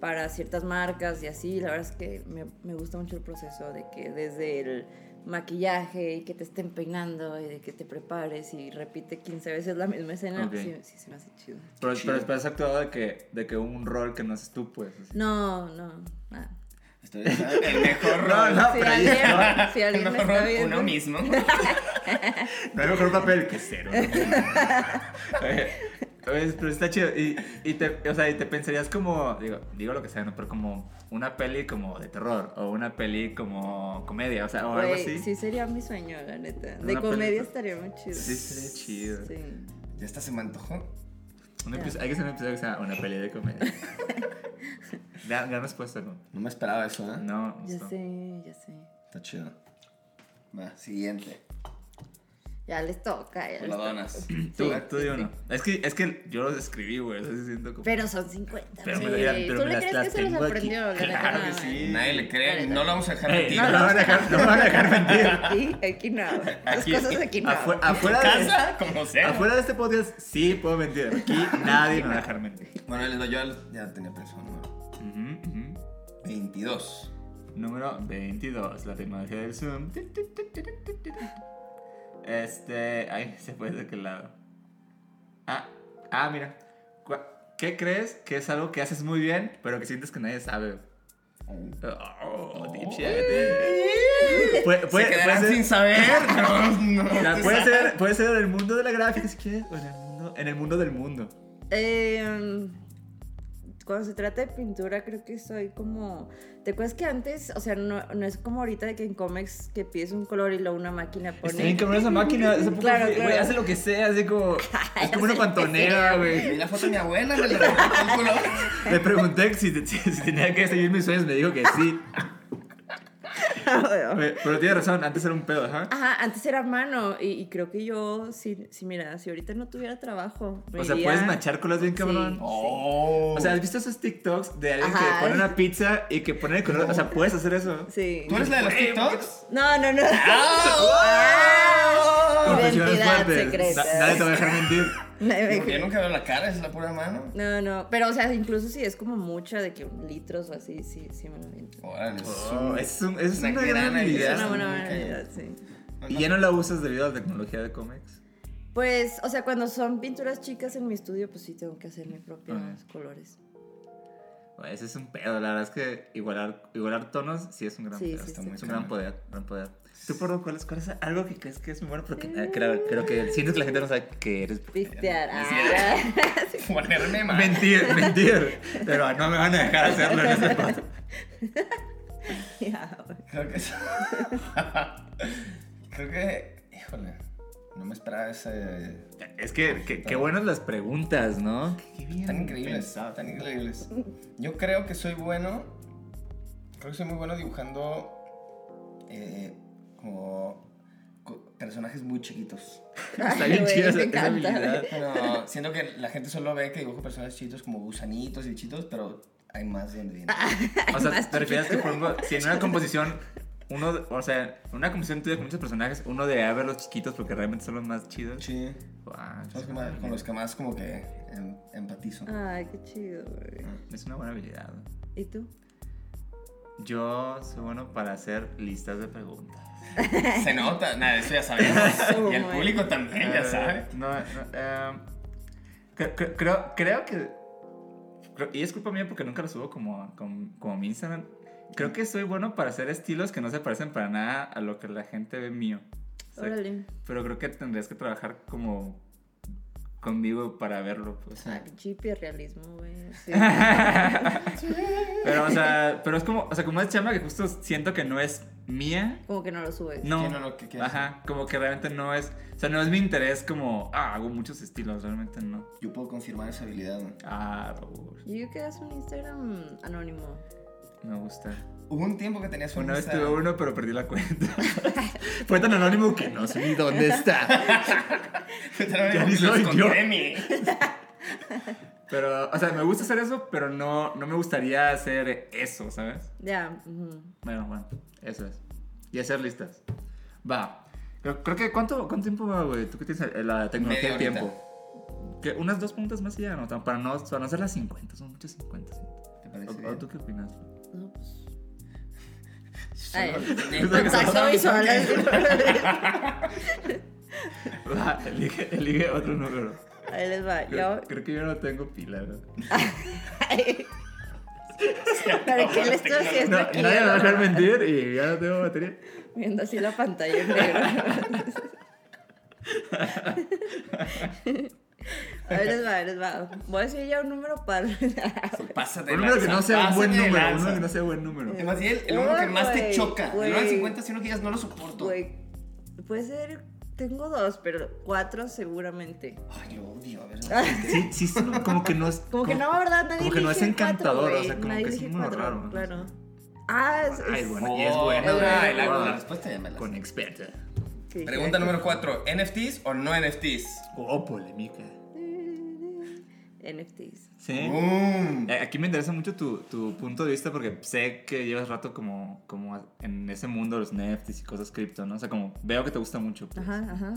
S4: para ciertas marcas y así. La verdad es que me, me gusta mucho el proceso de que desde el maquillaje y que te estén peinando y de que te prepares y repite 15 veces la misma escena,
S2: Ok.
S4: sí, sí se me hace chido.
S2: Pero, pero, pero has actuado de que, de que un rol que no haces tú, pues. así.
S4: No, no, nada.
S3: Estoy el mejor
S2: No,
S3: rol.
S2: no.
S4: Si
S2: pero ahí
S4: alguien, si
S3: El
S4: alguien me
S3: mejor
S4: está
S3: rol,
S4: viendo.
S3: uno mismo.
S2: No hay mejor papel que cero. ¿no? Oye, Oye, pero está chido. Y, y te, o sea, y te pensarías como, digo, digo lo que sea, ¿no? Pero como una peli como de terror o una peli como comedia, o sea, o algo
S4: Güey,
S2: así.
S4: sí sería mi sueño, la neta. De
S2: Una película.
S4: comedia estaría muy chido.
S2: Sí, sería chido.
S4: Sí.
S3: Ya hasta se me antojó.
S2: Un episo- hay que hacer un episodio que sea una peli de comedia. gran, gran respuesta, ¿no?
S3: No me esperaba eso, ¿eh?
S2: No,
S4: Ya
S2: no.
S4: sé, ya sé.
S3: Está chido. Va, siguiente.
S4: Ya les toca. ya les toca.
S3: Coladonas.
S2: Este. Tú, tú di uno. Es que, es que yo los escribí, güey. Así siento como.
S4: Pero son 50.
S2: Pero me
S4: güey.
S2: la- pero
S4: ¿Tú
S2: me
S4: le
S2: las-
S4: crees
S2: las
S4: que se los
S2: tengo aquí.
S4: aprendió? la neta,
S2: Claro que
S4: no,
S2: sí.
S3: Nadie le cree, no lo vamos a dejar
S2: Ey,
S3: mentir.
S2: no me van a dejar, no me van a dejar mentir.
S4: eh. Aquí, aquí no. Las
S2: Aquí,
S4: cosas aquí no.
S2: afu- afuera, de,
S3: casa, como sea.
S2: afuera de este podcast, sí puedo mentir. Aquí nadie me va a dejar mentir.
S3: Bueno, ahí les doy yo al- ya tenía pensado, ¿no?
S2: Ujú, ujú.
S3: 22.
S2: Número 22, la tecnología del Zoom. Este. Ay, se fue de aquel lado. Ah, ah, mira. Cua- ¿Qué crees que es algo que haces muy bien, pero que sientes que nadie sabe? Oh, deep shit. Puede, puede-
S3: Se quedarán
S2: puede ser,
S3: sin saber. No, no,
S2: mira,
S3: no
S2: puede ser- puede ser en el mundo de la gráfica, si quieres, o en el mundo, en el mundo del mundo.
S4: Eh, cuando se trata de pintura, creo que soy como. ¿Te acuerdas que antes, o sea, no, no es como ahorita de que en cómics que pides un color y luego una máquina pone.
S2: Está bien cabrón esa máquina, esa puta-
S4: Pues Claro,
S2: güey,
S4: claro.
S2: hace lo que sea, así como. Es como una pantonera, güey.
S3: Vi la foto de mi abuela, me la recortó el color.
S2: Le pregunté si, te- si- si tenía que seguir mis sueños, me dijo que sí. Oye, Pero tiene razón, antes era un pedo, ajá.
S4: Ajá, antes era mano y, y creo que yo, si, si mira, si ahorita no tuviera trabajo. me
S2: O sea,
S4: iría-
S2: puedes manchar colas bien
S4: Sí.
S2: cabrón.
S3: Oh.
S2: O sea, ¿has visto esos TikToks de alguien
S4: Ajá.
S2: que pone una pizza y que pone el color? O sea, puedes hacer eso.
S4: Sí.
S3: ¿Tú eres la de los TikToks?
S4: No, no, no.
S2: Ah, Confesiones
S4: Identidad
S2: fuertes.
S4: secreta.
S2: Na- nadie te va a dejar mentir.
S4: Nadie me
S3: Porque yo nunca veo la cara, es la pura mano.
S4: No, no, pero o sea, incluso si es como mucha de que litros o así, sí, sí me lo aviento.
S3: Órale, es
S2: Oh,
S3: un-
S2: es, un- es
S3: Una
S2: una
S3: gran
S2: gran
S3: idea.
S4: Es
S2: habilidad.
S4: una buena
S3: muy cañón.
S4: variedad, sí.
S3: no,
S2: ¿Y
S3: no.
S2: ya no la usas debido a la tecnología de cómics?
S4: Pues, o sea, cuando son pinturas chicas en mi estudio, pues sí tengo que hacer mis propios
S2: Ajá.
S4: colores.
S2: Güey, Ese es un pedo, la verdad es que igualar, igualar tonos sí es un gran
S4: Sí,
S2: pedo,
S4: sí,
S2: está
S4: sí,
S2: muy-
S4: sí.
S2: es un gran poder, gran poder. ¿Tú por cuál es, cuál es algo que crees que es muy bueno? Pero que, eh, creo, creo que sientes que la gente no sabe que eres...
S4: Pistear.
S3: no
S4: ah.
S3: Ponerme mal.
S2: Mentir, mentir, pero no me van a dejar hacerlo en este podcast.
S4: Ya, güey.
S3: Creo que es- Creo que. Híjole. No me esperaba ese.
S2: Es que, que- qué buenas las preguntas, ¿no? Qué bien
S3: Tan increíbles. ah,
S2: pensado.
S3: Tan increíbles. Yo creo que soy bueno. Creo que soy muy bueno dibujando. eh, como. co- Personajes muy chiquitos.
S2: Está bien
S4: Ay, güey,
S2: chida esa,
S4: me
S2: esa
S4: encanta,
S2: habilidad.
S3: Pero siento que la gente solo ve que dibujo personajes chiquitos como gusanitos y bichitos, pero hay más de donde viene.
S2: O sea, ¿te refieres que, por ejemplo, si en una composición, uno, de- o sea, en una composición tuya con muchos personajes, uno de a ver los chiquitos porque realmente son los más chidos?
S3: Sí.
S2: Guau,
S3: Son los que más- con los que más como que em- empatizo.
S4: Ay, qué chido, güey.
S2: Es una buena habilidad.
S4: ¿Y tú?
S2: Yo soy bueno para hacer listas de preguntas.
S3: Se nota, nada, eso ya sabemos. y el público también ya
S2: Eh,
S3: sabe.
S2: No, no, eh, cre- cre- creo, creo que. creo- y es culpa mía porque nunca lo subo como, como, como mi Instagram. Creo que soy bueno para hacer estilos que no se parecen para nada a lo que la gente ve mío. O sea,
S4: Órale.
S2: pero creo que tendrías que trabajar como conmigo para verlo. Pues.
S4: Ah, qué chipi realismo, güey. Sí.
S2: Pero, o sea, pero es como, o sea, como es chamba que justo siento que no es mía.
S4: Como que no lo subes.
S2: No,
S3: Que no lo que quieras.
S2: ajá, como que realmente no es, o sea, no es mi interés como, ah, hago muchos estilos, realmente no.
S3: Yo puedo confirmar esa habilidad. güey.
S2: Ah, Raúl,
S4: Yo digo que hagas un Instagram anónimo.
S2: me gusta.
S3: Hubo un tiempo que tenías un
S2: Una vez tuve
S3: Instagram.
S2: uno, pero perdí la cuenta. Fue tan anónimo que no sé ni dónde está.
S3: Literalmente
S2: Ya ni
S3: los
S2: soy yo.
S3: encontré, mi.
S2: Pero, o sea, me gusta hacer eso, pero no, no me gustaría hacer eso, ¿sabes?
S4: Ya. ujú.
S2: Bueno, bueno, eso es. Y hacer listas. Va. Creo, creo que, ¿cuánto, ¿cuánto tiempo va, güey? ¿Tú qué tienes eh, la tecnología
S3: Media
S2: del tiempo? Que unas dos preguntas más y ya, ¿no? Tan- Para no, para no hacer las 50, son muchas 50. ¿sí?
S3: ¿Te parece
S2: ¿O, o tú qué opinas?
S4: No, pues. Ay.
S3: bien?
S4: Contacto visual.
S2: Va, elige, elige otro número.
S4: Ahí les va. Yo.
S2: Creo, creo que yo no tengo pila, güey.
S4: ¿Para qué le estoy haciendo
S2: No,
S4: aquí?
S2: nadie me va a dejar mentir y ya no tengo batería.
S4: Viendo así la pantalla en negro. A ver, les va, ahí les va. Voy a decir ya un número par.
S3: Pásate.
S2: Un número que
S3: lanza,
S2: no sea un buen
S3: pásate
S2: número.
S3: de
S2: Un
S3: lanza.
S2: número que no sea buen número.
S3: Además, y el, el número que
S4: Ay,
S3: más te
S4: güey,
S3: choca. El número
S4: güey.
S3: de 50 si uno que digas no lo soporto.
S4: Güey, puede ser. Tengo dos, pero cuatro seguramente.
S3: Ay, lo odio. A ver.
S2: Sí, sí, es un- como que no es.
S4: Como que no, ¿verdad? Nadie
S2: como que no es
S4: elige cuatro,
S2: encantador,
S4: güey.
S2: o sea, como
S4: Nadie
S2: que es
S4: elige
S2: un número
S4: cuatro,
S2: raro, ¿no?
S4: Claro. Ah, es.
S2: Ay,
S4: es-
S2: bueno, y es buena,
S3: Oh,
S2: güey.
S3: ay, la,
S2: Wow.
S3: la respuesta ya me la
S2: Con
S3: sé.
S2: experta.
S4: sí,
S3: Pregunta
S4: sí,
S3: número 4. ¿NFTs o no NFTs?
S2: O polémica.
S4: NFTs.
S2: Sí.
S3: Mm.
S2: Eh, Aquí me interesa mucho tu, tu punto de vista porque sé que llevas rato como, como en ese mundo de los NFTs y cosas cripto, ¿no? O sea, como veo que te gusta mucho. pues.
S4: Ajá, ajá.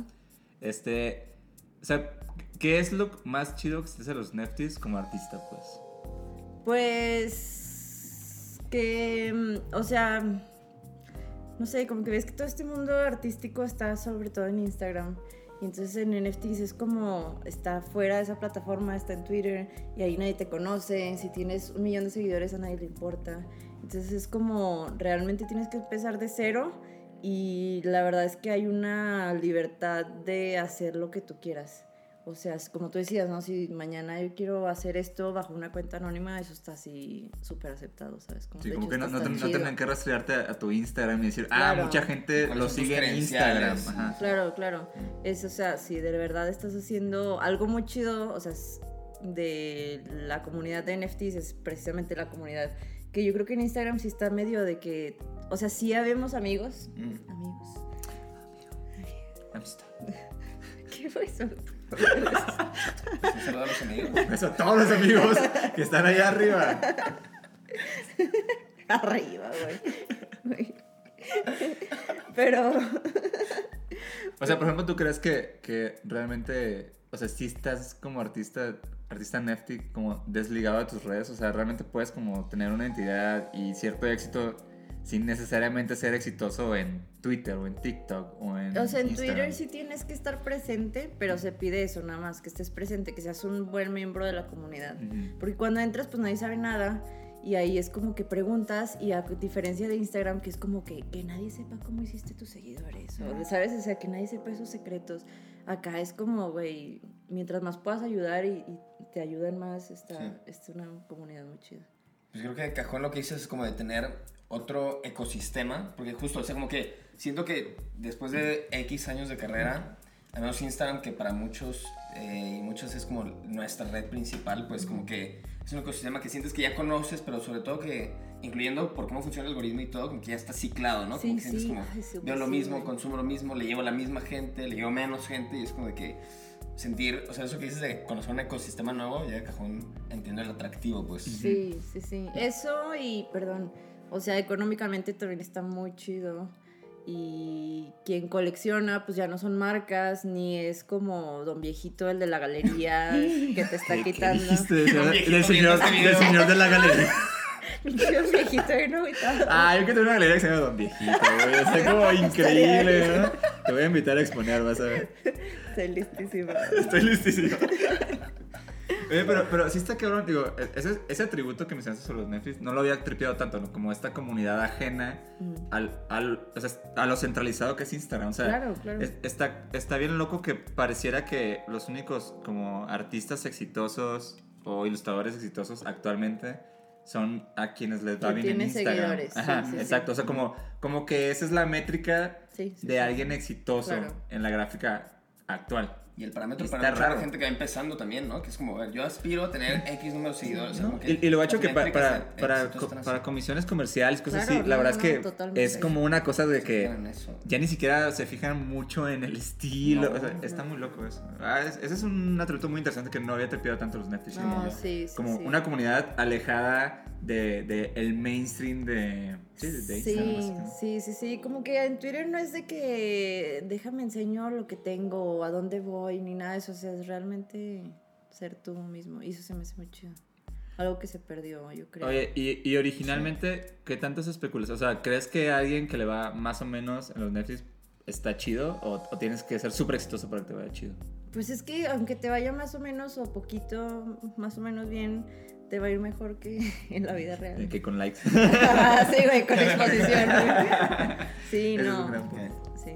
S2: Este, o sea, ¿qué es lo más chido que se te hace a los NFTs como artista, pues?
S4: Pues que, mm, o sea, no sé, como que ves que todo este mundo artístico está sobre todo en Instagram. Y entonces en NFTs es como está fuera de esa plataforma, está en Twitter y ahí nadie te conoce. Si tienes un millón de seguidores a nadie le importa. Entonces es como realmente tienes que empezar de cero y la verdad es que hay una libertad de hacer lo que tú quieras. O sea, es como tú decías, ¿no? Si mañana yo quiero hacer esto bajo una cuenta anónima, eso está así súper aceptado, ¿sabes?
S2: Sí,
S4: de
S2: como
S4: hecho
S2: que no,
S4: está
S2: no, te-
S4: tan
S2: no
S4: chido.
S2: tendrán que rastrearte a, a tu Instagram y decir, ah,
S4: Claro.
S2: mucha gente
S3: ¿Cuáles
S2: lo
S3: son tus
S2: sigue en Instagram.
S3: credenciales?
S2: Ajá.
S4: Claro, claro. Es, o sea, si de verdad estás haciendo algo muy chido, o sea, es de la comunidad de NFTs es precisamente la comunidad que yo creo que en Instagram sí está medio de que, o sea, sí habemos amigos,
S3: Mm.
S4: amigos.
S2: Amistad.
S4: ¿Qué fue eso?
S3: Un saludo a los amigos.
S2: Eso a todos los amigos que están allá arriba.
S4: Arriba, güey. Pero
S2: O sea, por ejemplo, ¿tú crees que, que realmente, o sea, si estás como artista, artista NFT, como desligado de tus redes? O sea, ¿realmente puedes como tener una identidad y cierto éxito sin necesariamente ser exitoso en Twitter o en TikTok o en
S4: O sea, en
S2: Instagram?
S4: Twitter sí tienes que estar presente, pero se pide eso nada más, que estés presente, que seas un buen miembro de la comunidad.
S2: Ujú.
S4: Porque cuando entras, pues nadie sabe nada. Y ahí es como que preguntas, y a diferencia de Instagram, que es como que, que nadie sepa cómo hiciste tus seguidores, o, ¿sabes? O sea, que nadie sepa esos secretos. Acá es como, güey, mientras más puedas ayudar y, y te ayudan más, está,
S3: Sí.
S4: está una comunidad muy chida.
S3: Pues creo que de cajón lo que dices es como de tener otro ecosistema, porque justo, o sea, como que siento que después de X años de carrera, al menos Instagram, que para muchos eh, y muchas es como nuestra red principal, pues como que es un ecosistema que sientes que ya conoces, pero sobre todo que, incluyendo por cómo funciona el algoritmo y todo, como que ya está ciclado, ¿no? Como
S4: Sí,
S3: que sientes
S4: sí.
S3: como,
S4: Ay, sí,
S3: veo lo
S4: sí,
S3: mismo,
S4: güey.
S3: consumo lo mismo, le llevo a la misma gente, le llevo menos gente, y es como de que sentir, o sea, eso que dices de conocer un ecosistema nuevo, ya de cajón entiendo el atractivo, pues.
S4: Sí, sí, sí. Eso y, perdón, o sea, económicamente también está muy chido. Y quien colecciona, pues ya no son marcas, ni es como don viejito, el de la galería, que te está
S2: ¿Qué- qué
S4: quitando.
S2: dijiste?
S3: Un
S2: Del
S3: viejito
S2: del señor,
S3: viendo este
S2: del
S3: video.
S2: señor de la galería.
S4: Don viejito bien agüitado.
S2: Ah, yo que tengo una galería que se llama Don Viejito, güey. Está como increíble, ¿no? Te voy a invitar a exponer, vas a ver.
S4: Estoy listísima.
S2: Estoy listísimo. Oye, pero, pero sí está cabrón, digo, e-, ese, ese atributo que mencionaste sobre los Netflix no lo había tripeado tanto, ¿no? Como esta comunidad ajena al, al- o sea, a lo centralizado que es Instagram. O sea,
S4: Claro, claro.
S2: es- está, está bien loco que pareciera que los únicos como artistas exitosos o ilustradores exitosos actualmente son a quienes les va
S4: Que
S2: bien en
S4: tienen
S2: Instagram.
S4: seguidores, sí,
S2: Ajá,
S4: sí, sí.
S2: exacto. O sea, como, como que esa es la métrica
S4: Sí, sí,
S2: de
S4: sí.
S2: alguien exitoso
S4: Claro.
S2: en la gráfica actual.
S3: Y el parámetro
S2: Está
S3: para mucha
S2: raro.
S3: gente que va empezando también, ¿no? Que es como, a ver, yo aspiro a tener X número de seguidores. o sea, como que
S2: Y, y lo
S3: las
S2: gacho que pa-
S3: métricas
S2: para,
S3: de
S2: para,
S3: éxito
S2: co-
S3: están así.
S2: para comisiones comerciales, cosas
S4: Claro,
S2: así, la
S4: no,
S2: verdad
S4: no,
S2: es que
S4: no, totalmente.
S2: es como una cosa de que
S3: Miren eso.
S2: ya ni siquiera se fijan mucho en el estilo.
S3: No.
S2: o sea, está muy loco eso. Ah, es- ese es un atributo muy interesante que no había tripeado tanto los Netflix. como
S4: No, Ah, sí, sí.
S2: como
S4: sí.
S2: una comunidad alejada del de, el mainstream de, sí, de, de Instagram,
S4: Sí,
S2: básicamente.
S4: sí, sí, sí, como que en Twitter no es de que déjame enseño lo que tengo o a dónde voy ni nada de eso, o sea, es realmente ser tú mismo y eso se me hace muy chido. Algo que se perdió, yo creo.
S2: Oye, y, y originalmente, ¿qué tanto es especulación? O sea, ¿crees que alguien que le va más o menos en los Netflix está chido o, o tienes que ser súper exitoso para que te vaya chido?
S4: Pues es que aunque te vaya más o menos o poquito, más o menos bien, te va a ir mejor que en la vida
S2: Eh,
S4: real.
S2: Que con likes.
S4: sí, güey, con exposición. güey. Sí,
S2: Ese es
S4: no.
S2: un gran punto.
S4: Sí.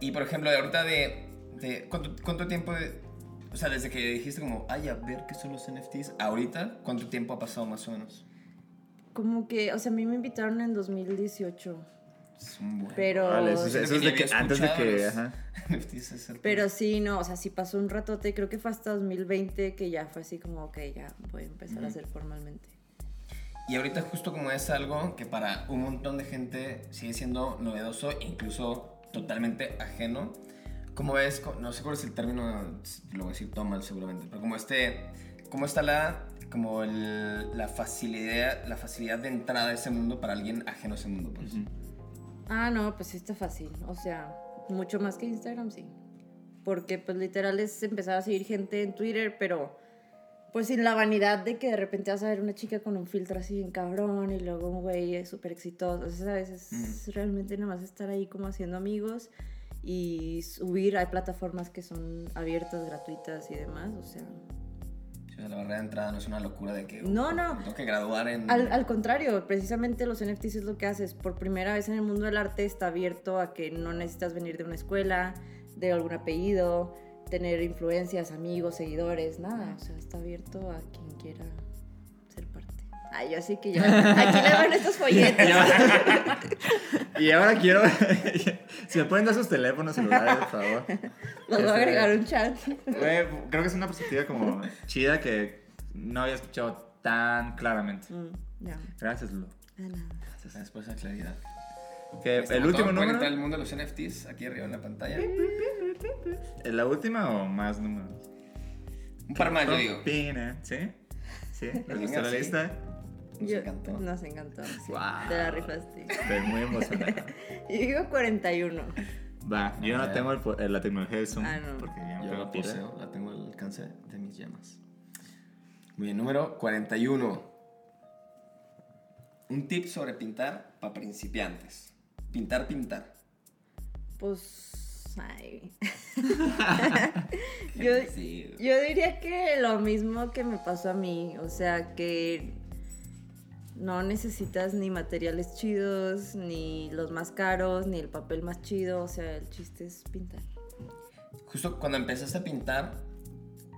S3: Y por ejemplo, de ahorita de. de- ¿cuánto, cuánto tiempo de- O sea, desde que dijiste como, ay, a ver qué son los NFTs, ahorita, ¿cuánto tiempo ha pasado más o menos?
S4: Como que, o sea, a mí me invitaron en 2018,
S3: Es un buen.
S4: pero...
S2: Vale, eso, es-
S3: Siento
S2: eso
S3: que
S2: es
S3: ni
S2: de que,
S3: había
S2: antes de
S3: escuchado
S2: que.
S3: los
S2: Ajá.
S3: NFTs es el-
S4: Pero sí, no, o sea, sí pasó un ratote, creo que fue hasta 2020 que ya fue así como, ok, ya voy a empezar a hacer formalmente.
S3: Y ahorita justo como es algo que para un montón de gente sigue siendo novedoso, incluso totalmente ajeno, como es, co- no sé cuál es el término, lo voy a decir todo mal seguramente, pero como este, como está la, como el- la facilidad, la facilidad de entrada a ese mundo para alguien ajeno a ese mundo, pues.
S4: Ah, no, pues sí está fácil. O sea, mucho más que Instagram, sí. Porque pues literal es empezar a seguir gente en Twitter, pero pues sin la vanidad de que de repente vas a ver una chica con un filtro así en cabrón y luego un güey es súper exitoso. O sea, ¿sabes? Es realmente nada más estar ahí como haciendo amigos y subir. Hay plataformas que son abiertas, gratuitas y demás. O sea,
S3: O sea, la barrera de entrada no es una locura de que...
S4: No, no.
S3: me Tengo que graduar en...
S4: Al, al contrario, precisamente los NFTs es lo que haces. Por primera vez en el mundo del arte está abierto a que no necesitas venir de una escuela, de algún apellido, tener influencias, amigos, seguidores, nada. O sea, está abierto a quien quiera ser parte. Ay, yo así que ya. Aquí le van estos folletos.
S2: Y ahora quiero. si me pueden dar sus teléfonos celulares, por favor.
S4: Los
S3: Este,
S4: voy a agregar un chat.
S2: Güey, creo que es una perspectiva como chida que no había escuchado tan claramente.
S4: Mm, ya,
S2: Gracias, Lu.
S4: de nada.
S3: Después la claridad. Este
S2: Que Eh, el último
S3: Pueden
S2: número.
S3: entrar al mundo de los NFTs aquí arriba en la pantalla.
S2: eh, ¿La última o más números?
S3: Un par más, Ah, yo digo.
S2: Opina, ¿Sí? ¿Sí? ¿Les gustó
S3: Venga,
S2: la
S3: sí.
S2: lista?
S3: Nos
S4: Yo-
S3: encantó.
S4: Nos encantó. sí.
S2: Guau.
S4: Te la rifaste.
S2: Estoy muy emocionado.
S4: Yo digo 41.
S2: Va, yo no
S3: Ya.
S2: tengo el po- eh, la tecnología de Zoom
S4: Ah, no.
S2: porque ya no
S3: Yo
S2: tengo
S3: la
S2: pila.
S3: poseo, la tengo al alcance de mis llamas. Muy bien, número 41. Un tip sobre pintar para principiantes. Pintar, pintar.
S4: Pues. Ay. yo,
S3: Sí.
S4: Yo diría que lo mismo que me pasó a mí, o sea que no necesitas ni materiales chidos, ni los más caros, ni el papel más chido, o sea, el chiste es pintar.
S3: Justo cuando empezaste a pintar,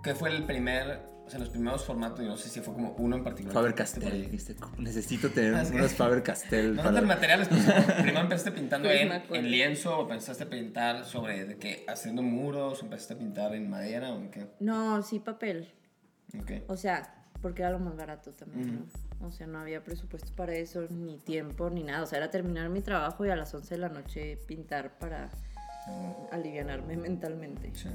S3: ¿qué fue el primer, o sea, los primeros formatos? Yo no sé si fue como uno en particular.
S2: Faber
S3: que te
S2: Castell.
S3: proyectaste.
S2: ¿viste? Necesito tener
S3: Ah, sí.
S2: unos Faber Castell.
S3: No
S2: para-
S3: tantos materiales, pues, primero empezaste pintando en,
S4: Prismacolor.
S3: en lienzo o pensaste a pintar sobre de que haciendo muros, o empezaste a pintar en madera o en qué.
S4: No, sí papel,
S3: Ok.
S4: o sea, porque era lo más barato también, ¿no? O sea, no había presupuesto para eso, ni tiempo, ni nada, o sea, era terminar mi trabajo y a las 11 de la noche pintar para
S3: No,
S4: alivianarme mentalmente.
S3: sí.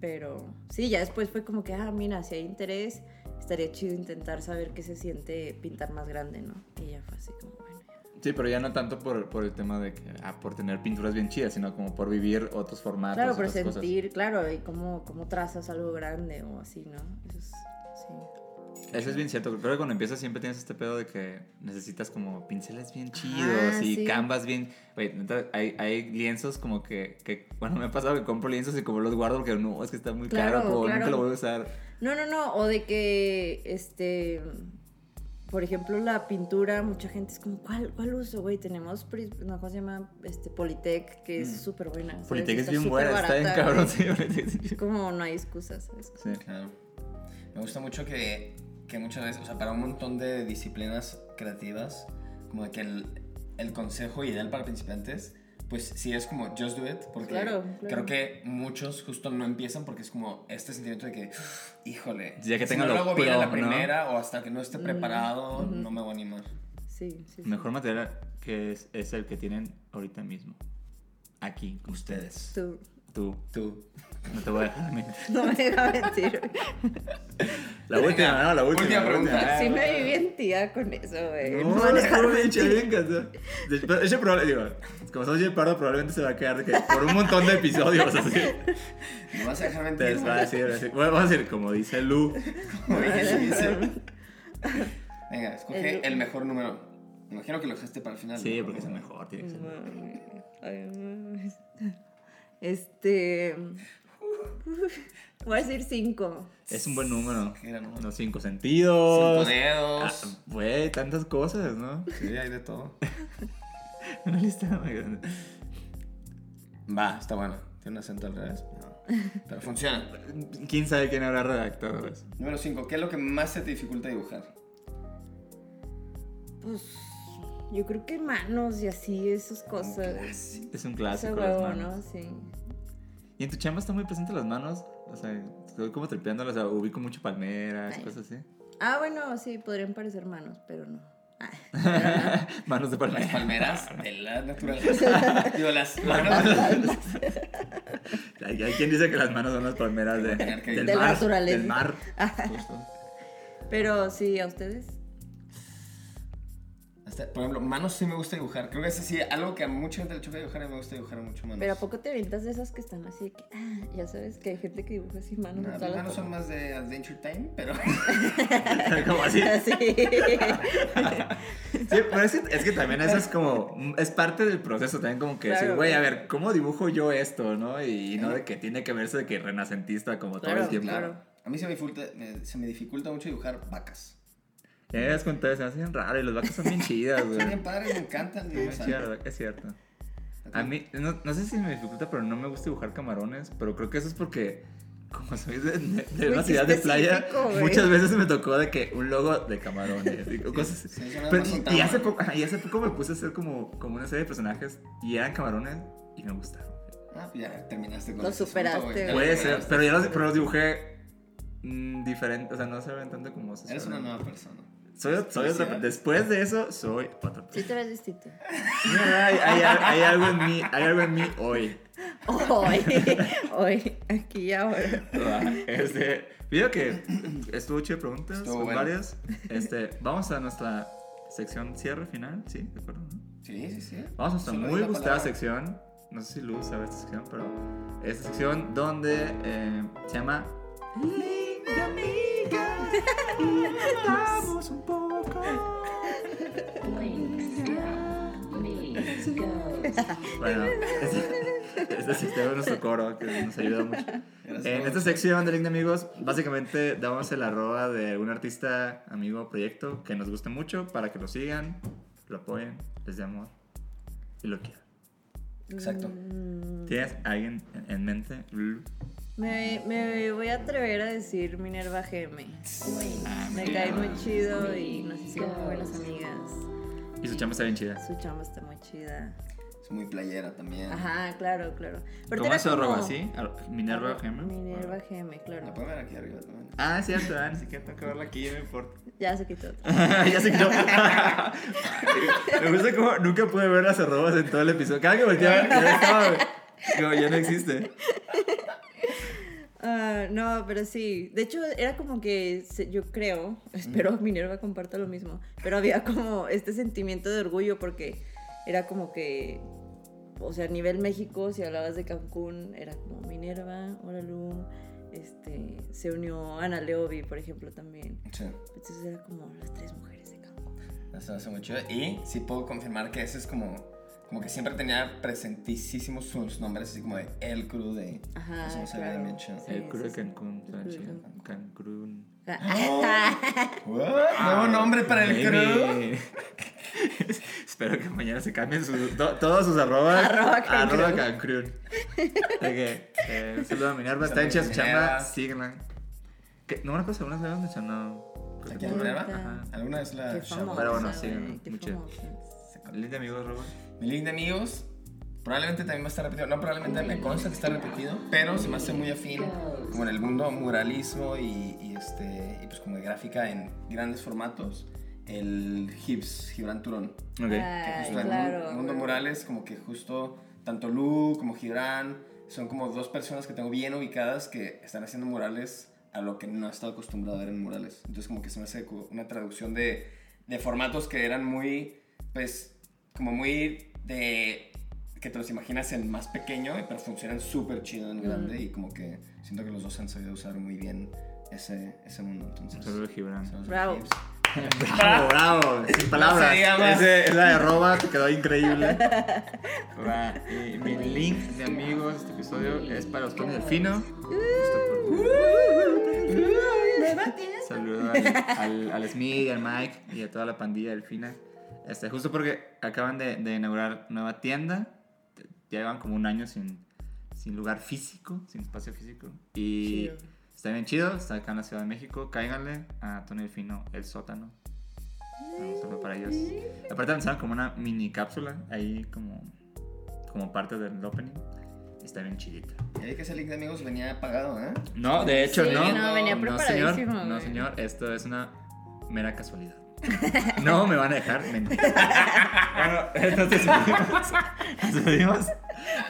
S4: Pero sí, ya después fue como que, ah, mira, si hay interés, estaría chido intentar saber qué se siente pintar más grande, ¿no? Y ya fue así como, bueno, ya.
S2: Sí, pero ya no tanto por, por el tema de que, ah, por tener pinturas bien chidas, sino como por vivir otros formatos.
S4: Claro, por
S2: otras Ah, cosas.
S4: sentir, claro, y cómo, cómo trazas algo grande o así, ¿no? Eso es, sí.
S2: Eso es bien cierto. Creo que cuando empiezas siempre tienes este pedo de que necesitas como pinceles bien chidos y
S4: sí.
S2: canvas bien. Güey, neta, hay, hay lienzos como que, que- Bueno, me ha pasado que compro lienzos y como los guardo porque no, es que está muy
S4: Claro,
S2: caro, como
S4: claro.
S2: nunca lo voy a usar.
S4: No, no, no, o de que, este, por ejemplo, la pintura, mucha gente es como, ¿cuál, cuál uso, güey? Tenemos, pris- no, ¿cómo se llama? Este, Politec, que es súper buena. ¿sabes?
S2: Mm. Politec es
S4: Está
S2: bien
S4: súper
S2: buena, está bien
S4: barata,
S2: cabrón.
S4: güey.
S2: Sí, Politec es bien-
S4: Como no hay excusas, ¿sabes?
S2: sí.
S3: Claro. Me gusta mucho que, que muchas veces, o sea, para un montón de disciplinas creativas, como de que el, el consejo ideal para principiantes, pues sí es como just do it, porque
S4: Claro, claro.
S3: creo que muchos justo no empiezan porque es como este sentimiento de que, híjole,
S2: Ya que
S3: si
S2: tenga lo
S3: no lo hago bien a
S2: pro,
S3: la
S2: ¿no?
S3: primera o hasta que no esté preparado, no me voy a animar.
S4: Sí, sí. sí.
S2: Mejor material que es, es el que tienen ahorita mismo. Aquí, con ustedes.
S4: Tú.
S2: Tú.
S3: Tú.
S2: No te voy a dejar mentir.
S4: No me deja mentir. güey.
S2: La última, ¿no? La última.
S3: última
S2: la
S3: pregunta.
S2: última.
S4: Sí me viví en tía con eso, güey.
S2: Ah, No,
S4: me
S2: no,
S4: deja
S2: no,
S4: mentir.
S2: bicho, bien cansado. De- pero ella probable, digo, como somos bien pardo, probablemente se va a quedar de que por un montón de episodios así.
S3: No vas a dejar mentir.
S2: Entonces va a decir, así, bueno, vamos a decir, como dice Lu,
S3: Venga, escoge el,
S4: El-
S3: mejor número. Me imagino que lo dejaste para el final.
S2: sí,
S3: ¿no?
S2: porque es el mejor, tiene que ser.
S4: Mames. Ay, mames. Este. Voy a decir cinco.
S2: Es un buen número.
S3: Qué gran número.
S2: Unos cinco
S3: Cinco
S2: sentidos. Ah,
S3: dedos. Ah.
S2: Güey, tantas cosas, ¿no?
S3: Sí, hay de todo.
S2: Una lista muy grande.
S3: Va, está bueno. ¿Tiene un acento al revés? No. Pero funciona.
S2: ¿Quién sabe quién habrá redactado eso?
S3: Número 5. ¿Qué es lo que más se te dificulta dibujar?
S4: Pues yo creo que manos y así, esas cosas.
S2: Sí, Es un
S4: Ese
S2: clásico. las
S4: huevo,
S2: manos.
S4: ¿no? Sí.
S2: Y en tu chamba están muy presentes las manos. O sea, estoy como trepeándolas. O sea, ubico mucho palmeras,
S4: Ay.
S2: cosas así.
S4: Ah, bueno, sí, podrían parecer manos, pero no. Ah,
S2: manos de
S3: Las
S2: palmeras.
S3: palmeras de la naturaleza. Digo, las manos de la-
S2: Hay, hay quien dice que las manos son las palmeras de-
S3: Tener que-
S2: del,
S4: De la
S2: mar,
S4: naturaleza.
S2: del mar. Justo.
S4: Pero sí, a ustedes.
S3: Hasta, Este, por ejemplo, manos sí me gusta dibujar. Creo que ese sí, algo que a mucha gente le choca dibujar, a mí me gusta dibujar mucho manos.
S4: Pero ¿a poco te aventas de esas que están así? de Que, ah, ya sabes que hay gente que dibuja así manos.
S3: Nah,
S4: en
S3: mis
S4: todas
S3: manos
S4: las
S3: son más de Adventure Time, pero...
S2: como así.
S4: formas. Sí.
S2: Sí, pero es que, es que también eso es como, es parte del proceso también como que decir,
S4: Claro.
S2: güey, a ver, ¿cómo dibujo yo esto, no? Y no de que tiene que verse de que renacentista como todo
S4: Claro,
S2: el tiempo.
S4: claro.
S3: A mí se me, dificulta, me- se me dificulta mucho dibujar vacas.
S2: Ya me habías contado, se me hacen raro y las vacas son bien chidas, güey.
S3: Son bien padres, me encantan. no me
S2: Es
S3: salen.
S2: cierto, es cierto. A mí, no, no sé si me dificulta, pero no me gusta dibujar camarones, pero creo que eso es porque, como soy de, de- de
S4: Muy
S2: una ciudad de playa,
S4: específico, güey.
S2: muchas veces me tocó de que un logo de camarones y cosas así.
S3: sí, eso nada
S2: Pero-
S3: más un
S2: y, y
S3: tamaño.
S2: hace poco, ajá, y hace poco me puse a hacer como, como una serie de personajes y eran camarones y me gustaron.
S3: Ah, pues ya terminaste con
S4: Lo
S3: ese asunto,
S4: superaste,
S3: güey. Ya lo
S2: Puede ser,
S3: superaste.
S2: pero ya los, pero los dibujé mm, diferente, o sea, no se ven tanto como se
S3: Eres una
S2: suelen.
S3: nueva persona.
S2: Soy, soy otra,
S3: Felicidades.
S2: después de eso, soy otra
S4: Sí,
S2: persona.
S4: tú eres distinto.
S2: Mira, hay, hay- hay algo en mí, hay algo en mí hoy.
S4: Hoy, hoy, aquí y ahora.
S2: Este, veo que estuvo chido de preguntas,
S3: Estuvo
S2: son
S3: bueno.
S2: varias. Este, vamos a nuestra sección cierre final, ¿sí? ¿De acuerdo? no?
S3: Sí, sí, sí.
S2: Vamos a nuestra
S3: Sí, lo
S2: muy
S3: digo la
S2: gustada
S3: palabra.
S2: sección. No sé si Luz sabe esta sección, pero esta sección donde eh, se llama Linda amiga, vamos un poco. Bueno, este, este sistema es nuestro coro que nos ayuda mucho.
S3: Gracias
S2: Eh, En
S3: por-
S2: esta sección de Link de Amigos, básicamente damos el arroba de un artista, amigo, proyecto que nos guste mucho para que lo sigan, lo apoyen, les dé amor y lo quieran.
S3: Exacto.
S4: Mm,
S2: ¿Tienes a alguien en- en mente? Lu?
S4: me, me voy a atrever a decir Minerva GM.
S2: Ah,
S4: Me cae muy chido y nos hicieron muy buenas amigas.
S2: Y su chamba está bien chida.
S4: Su chamba está muy chida.
S3: Es muy playera también.
S4: Ajá, claro, claro. Pero
S2: ¿Cómo
S4: era
S2: es su arroba?
S4: como-
S2: ¿Sí? Ar- ¿Minerva Ah, Gemma?
S4: Minerva GM,
S3: La
S4: claro.
S3: pueden ver aquí arriba también.
S2: Ah, es cierto, ah, ni siquiera tengo que verla aquí, no importa.
S4: Ya se quitó.
S2: ya sé que yo. Me gusta como nunca pude ver las arrobas en todo el episodio. Cada que volteaba, yo estaba. Como ya no existe.
S4: Ah, no, pero sí. De hecho, era como que se- yo creo, espero Minerva comparta lo mismo, pero había como este sentimiento de orgullo porque era como que, o sea, a nivel México, si hablabas de Cancún, era como Minerva, Oralu, este, se unió Ana Leobi, por ejemplo, también.
S3: Sí,
S4: Entonces era como las tres mujeres de Cancún.
S3: eso hace muy chido. Y sí puedo confirmar que ese es como... Como que siempre tenía presentísimos sus nombres, así como de El Crew de...
S4: Ajá,
S3: Eso no se veía
S4: claro.
S3: bien chido.
S4: Sí,
S2: El crew
S4: sí,
S2: de
S4: sí.
S2: Cancún,
S4: El
S2: está
S4: crew de
S2: chido. Cancún.
S4: Ah,
S2: Ah,
S3: What? Nuevo nombre para El Crew.
S2: Baby. Espero que mañana se cambien sus- to- todos sus arrobas.
S4: Arroba Cancún.
S2: Arroba Cancún. Ok, eh, un saludo a Minerva. Está en su chamba.
S3: Minerva.
S2: Síguenla. ¿Qué? No me acuerdo si alguna vez habíamos mencionado. Creo
S3: ¿A
S2: que
S3: quién,
S2: no.
S3: Minerva?
S2: Ajá.
S3: ¿Alguna vez la...
S4: Qué
S3: shout-out?
S4: famosa,
S2: Pero bueno, sí,
S4: güey, qué
S2: mucho.
S4: famosa.
S2: Linda amigos, Robo.
S3: Mi link de amigos probablemente también va a estar repetido. No, probablemente me consta que está repetido, pero se me hace muy afín como en el mundo muralismo y, y, este, y pues como de gráfica en grandes formatos. El Gibbs, Gibran Turón.
S2: Ok.
S3: Que
S4: Ay,
S3: justo en
S4: claro.
S3: el mundo
S4: güey.
S3: murales, como que justo tanto Lu como Gibran son como dos personas que tengo bien ubicadas que están haciendo murales a lo que no he estado acostumbrado a ver en murales. Entonces como que se me hace co- una traducción de, de formatos que eran muy, pues, como muy de... que te los imaginas en más pequeño, pero funcionan súper chido en grande y como que siento que los dos han sabido usar muy bien ese, ese mundo. Entonces,
S2: Saludos, Gibran.
S3: saludos a
S4: Bravo.
S3: Gibbs.
S2: Bravo, bravo. Sin palabras.
S3: diga más.
S2: Ese- esa de arroba te quedó increíble. Va, y mi link de amigos de este episodio es para Oscar Delfino. Saludos al, al, al Smith, al Mike y a toda la pandilla delfina. Este, justo porque acaban de, de inaugurar nueva tienda. Llevan como un año sin, sin lugar físico, sin espacio físico. Y
S4: Chido.
S2: está bien chido, está acá en la Ciudad de México. Cáiganle a Tony Delfino, el sótano. Un saludo para ellos. Aparte lanzaron como una mini cápsula ahí como, como parte del opening. Está bien chidita.
S3: Ya vi que ese link de amigos venía pagado, ¿eh?
S2: No, de hecho
S4: Sí,
S2: no.
S4: no, venía
S2: señor,
S4: preparadísimo,
S2: no,
S4: güey.
S2: señor, esto es una mera casualidad. No me van a dejar mentir. bueno, entonces despedimos. Nos despedimos.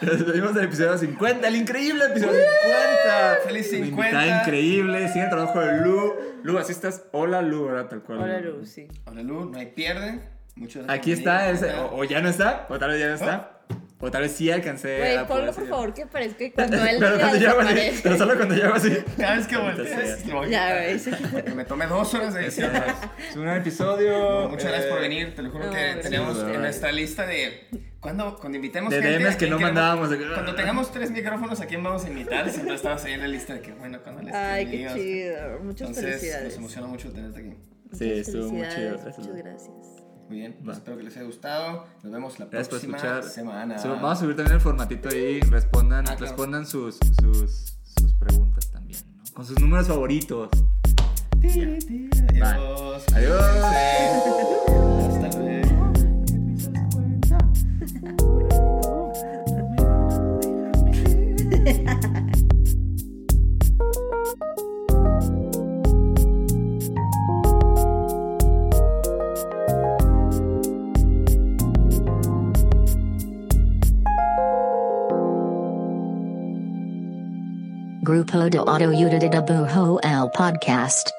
S2: Nos despedimos del episodio 50, el increíble episodio 50.
S3: ¡Feliz
S2: Una
S3: 50!
S2: invitada increíble, sigue el trabajo de Lu. Lu, así estás. Hola Lu, ¿verdad? Tal cual.
S4: Hola, Lu, sí.
S3: Hola, Lu, no hay pierde. Muchas gracias.
S2: Aquí
S3: por
S2: está,
S3: venir.
S2: ese- o, o ya no está, o tal vez ya no está, o tal vez sí
S3: Eh,
S2: alcancé
S4: Güey,
S2: a
S4: ponlo
S2: poder
S4: por
S2: seguir.
S4: favor que parezca que cuando él
S2: Pero cuando yo hago así,
S4: desaparece.
S2: pero solo cuando yo hago así.
S3: Cada vez que
S2: Entonces,
S3: voltees, lo voy a
S4: Ya,
S3: quitar.
S4: güey. sí.
S3: Que me tomé dos horas de
S2: Ese
S3: edición.
S2: es un episodio.
S3: Muchas gracias por
S2: eh,
S3: venir, te lo juro
S4: no,
S3: que
S4: sí,
S3: teníamos
S2: sí, sí.
S3: en nuestra lista de cuando, cuando invitemos
S2: De
S3: gente,
S2: DMs que
S3: aquí
S2: no
S3: queremos-
S2: mandábamos. de que- "Ah".
S3: Cuando tengamos tres micrófonos, ¿a quién vamos a invitar? Siempre estabas ahí en la lista de que, bueno, cuando les
S4: Ay, qué
S3: escribimos.
S4: chido. Muchas
S3: Entonces,
S4: felicidades.
S3: nos emociona mucho tenerte aquí.
S4: Muchas
S2: Sí, estuvo muy
S4: felicidades,
S2: chido. Gracias.
S4: Muchas gracias.
S3: Muy bien, pues
S2: Va.
S3: espero que les haya gustado. Nos vemos la
S2: Gracias por
S3: próxima
S2: escuchar.
S3: semana.
S2: Sub- vamos a subir también el formatito ahí. Respondan,
S3: Ah, claro.
S2: respondan sus, sus, sus preguntas también. ¿no? Con sus números favoritos.
S3: Ti, ti, Adiós.
S2: Adiós.
S3: Cuídense. Hasta luego.
S1: Grupo de Auto Utilidad Bujo al Podcast.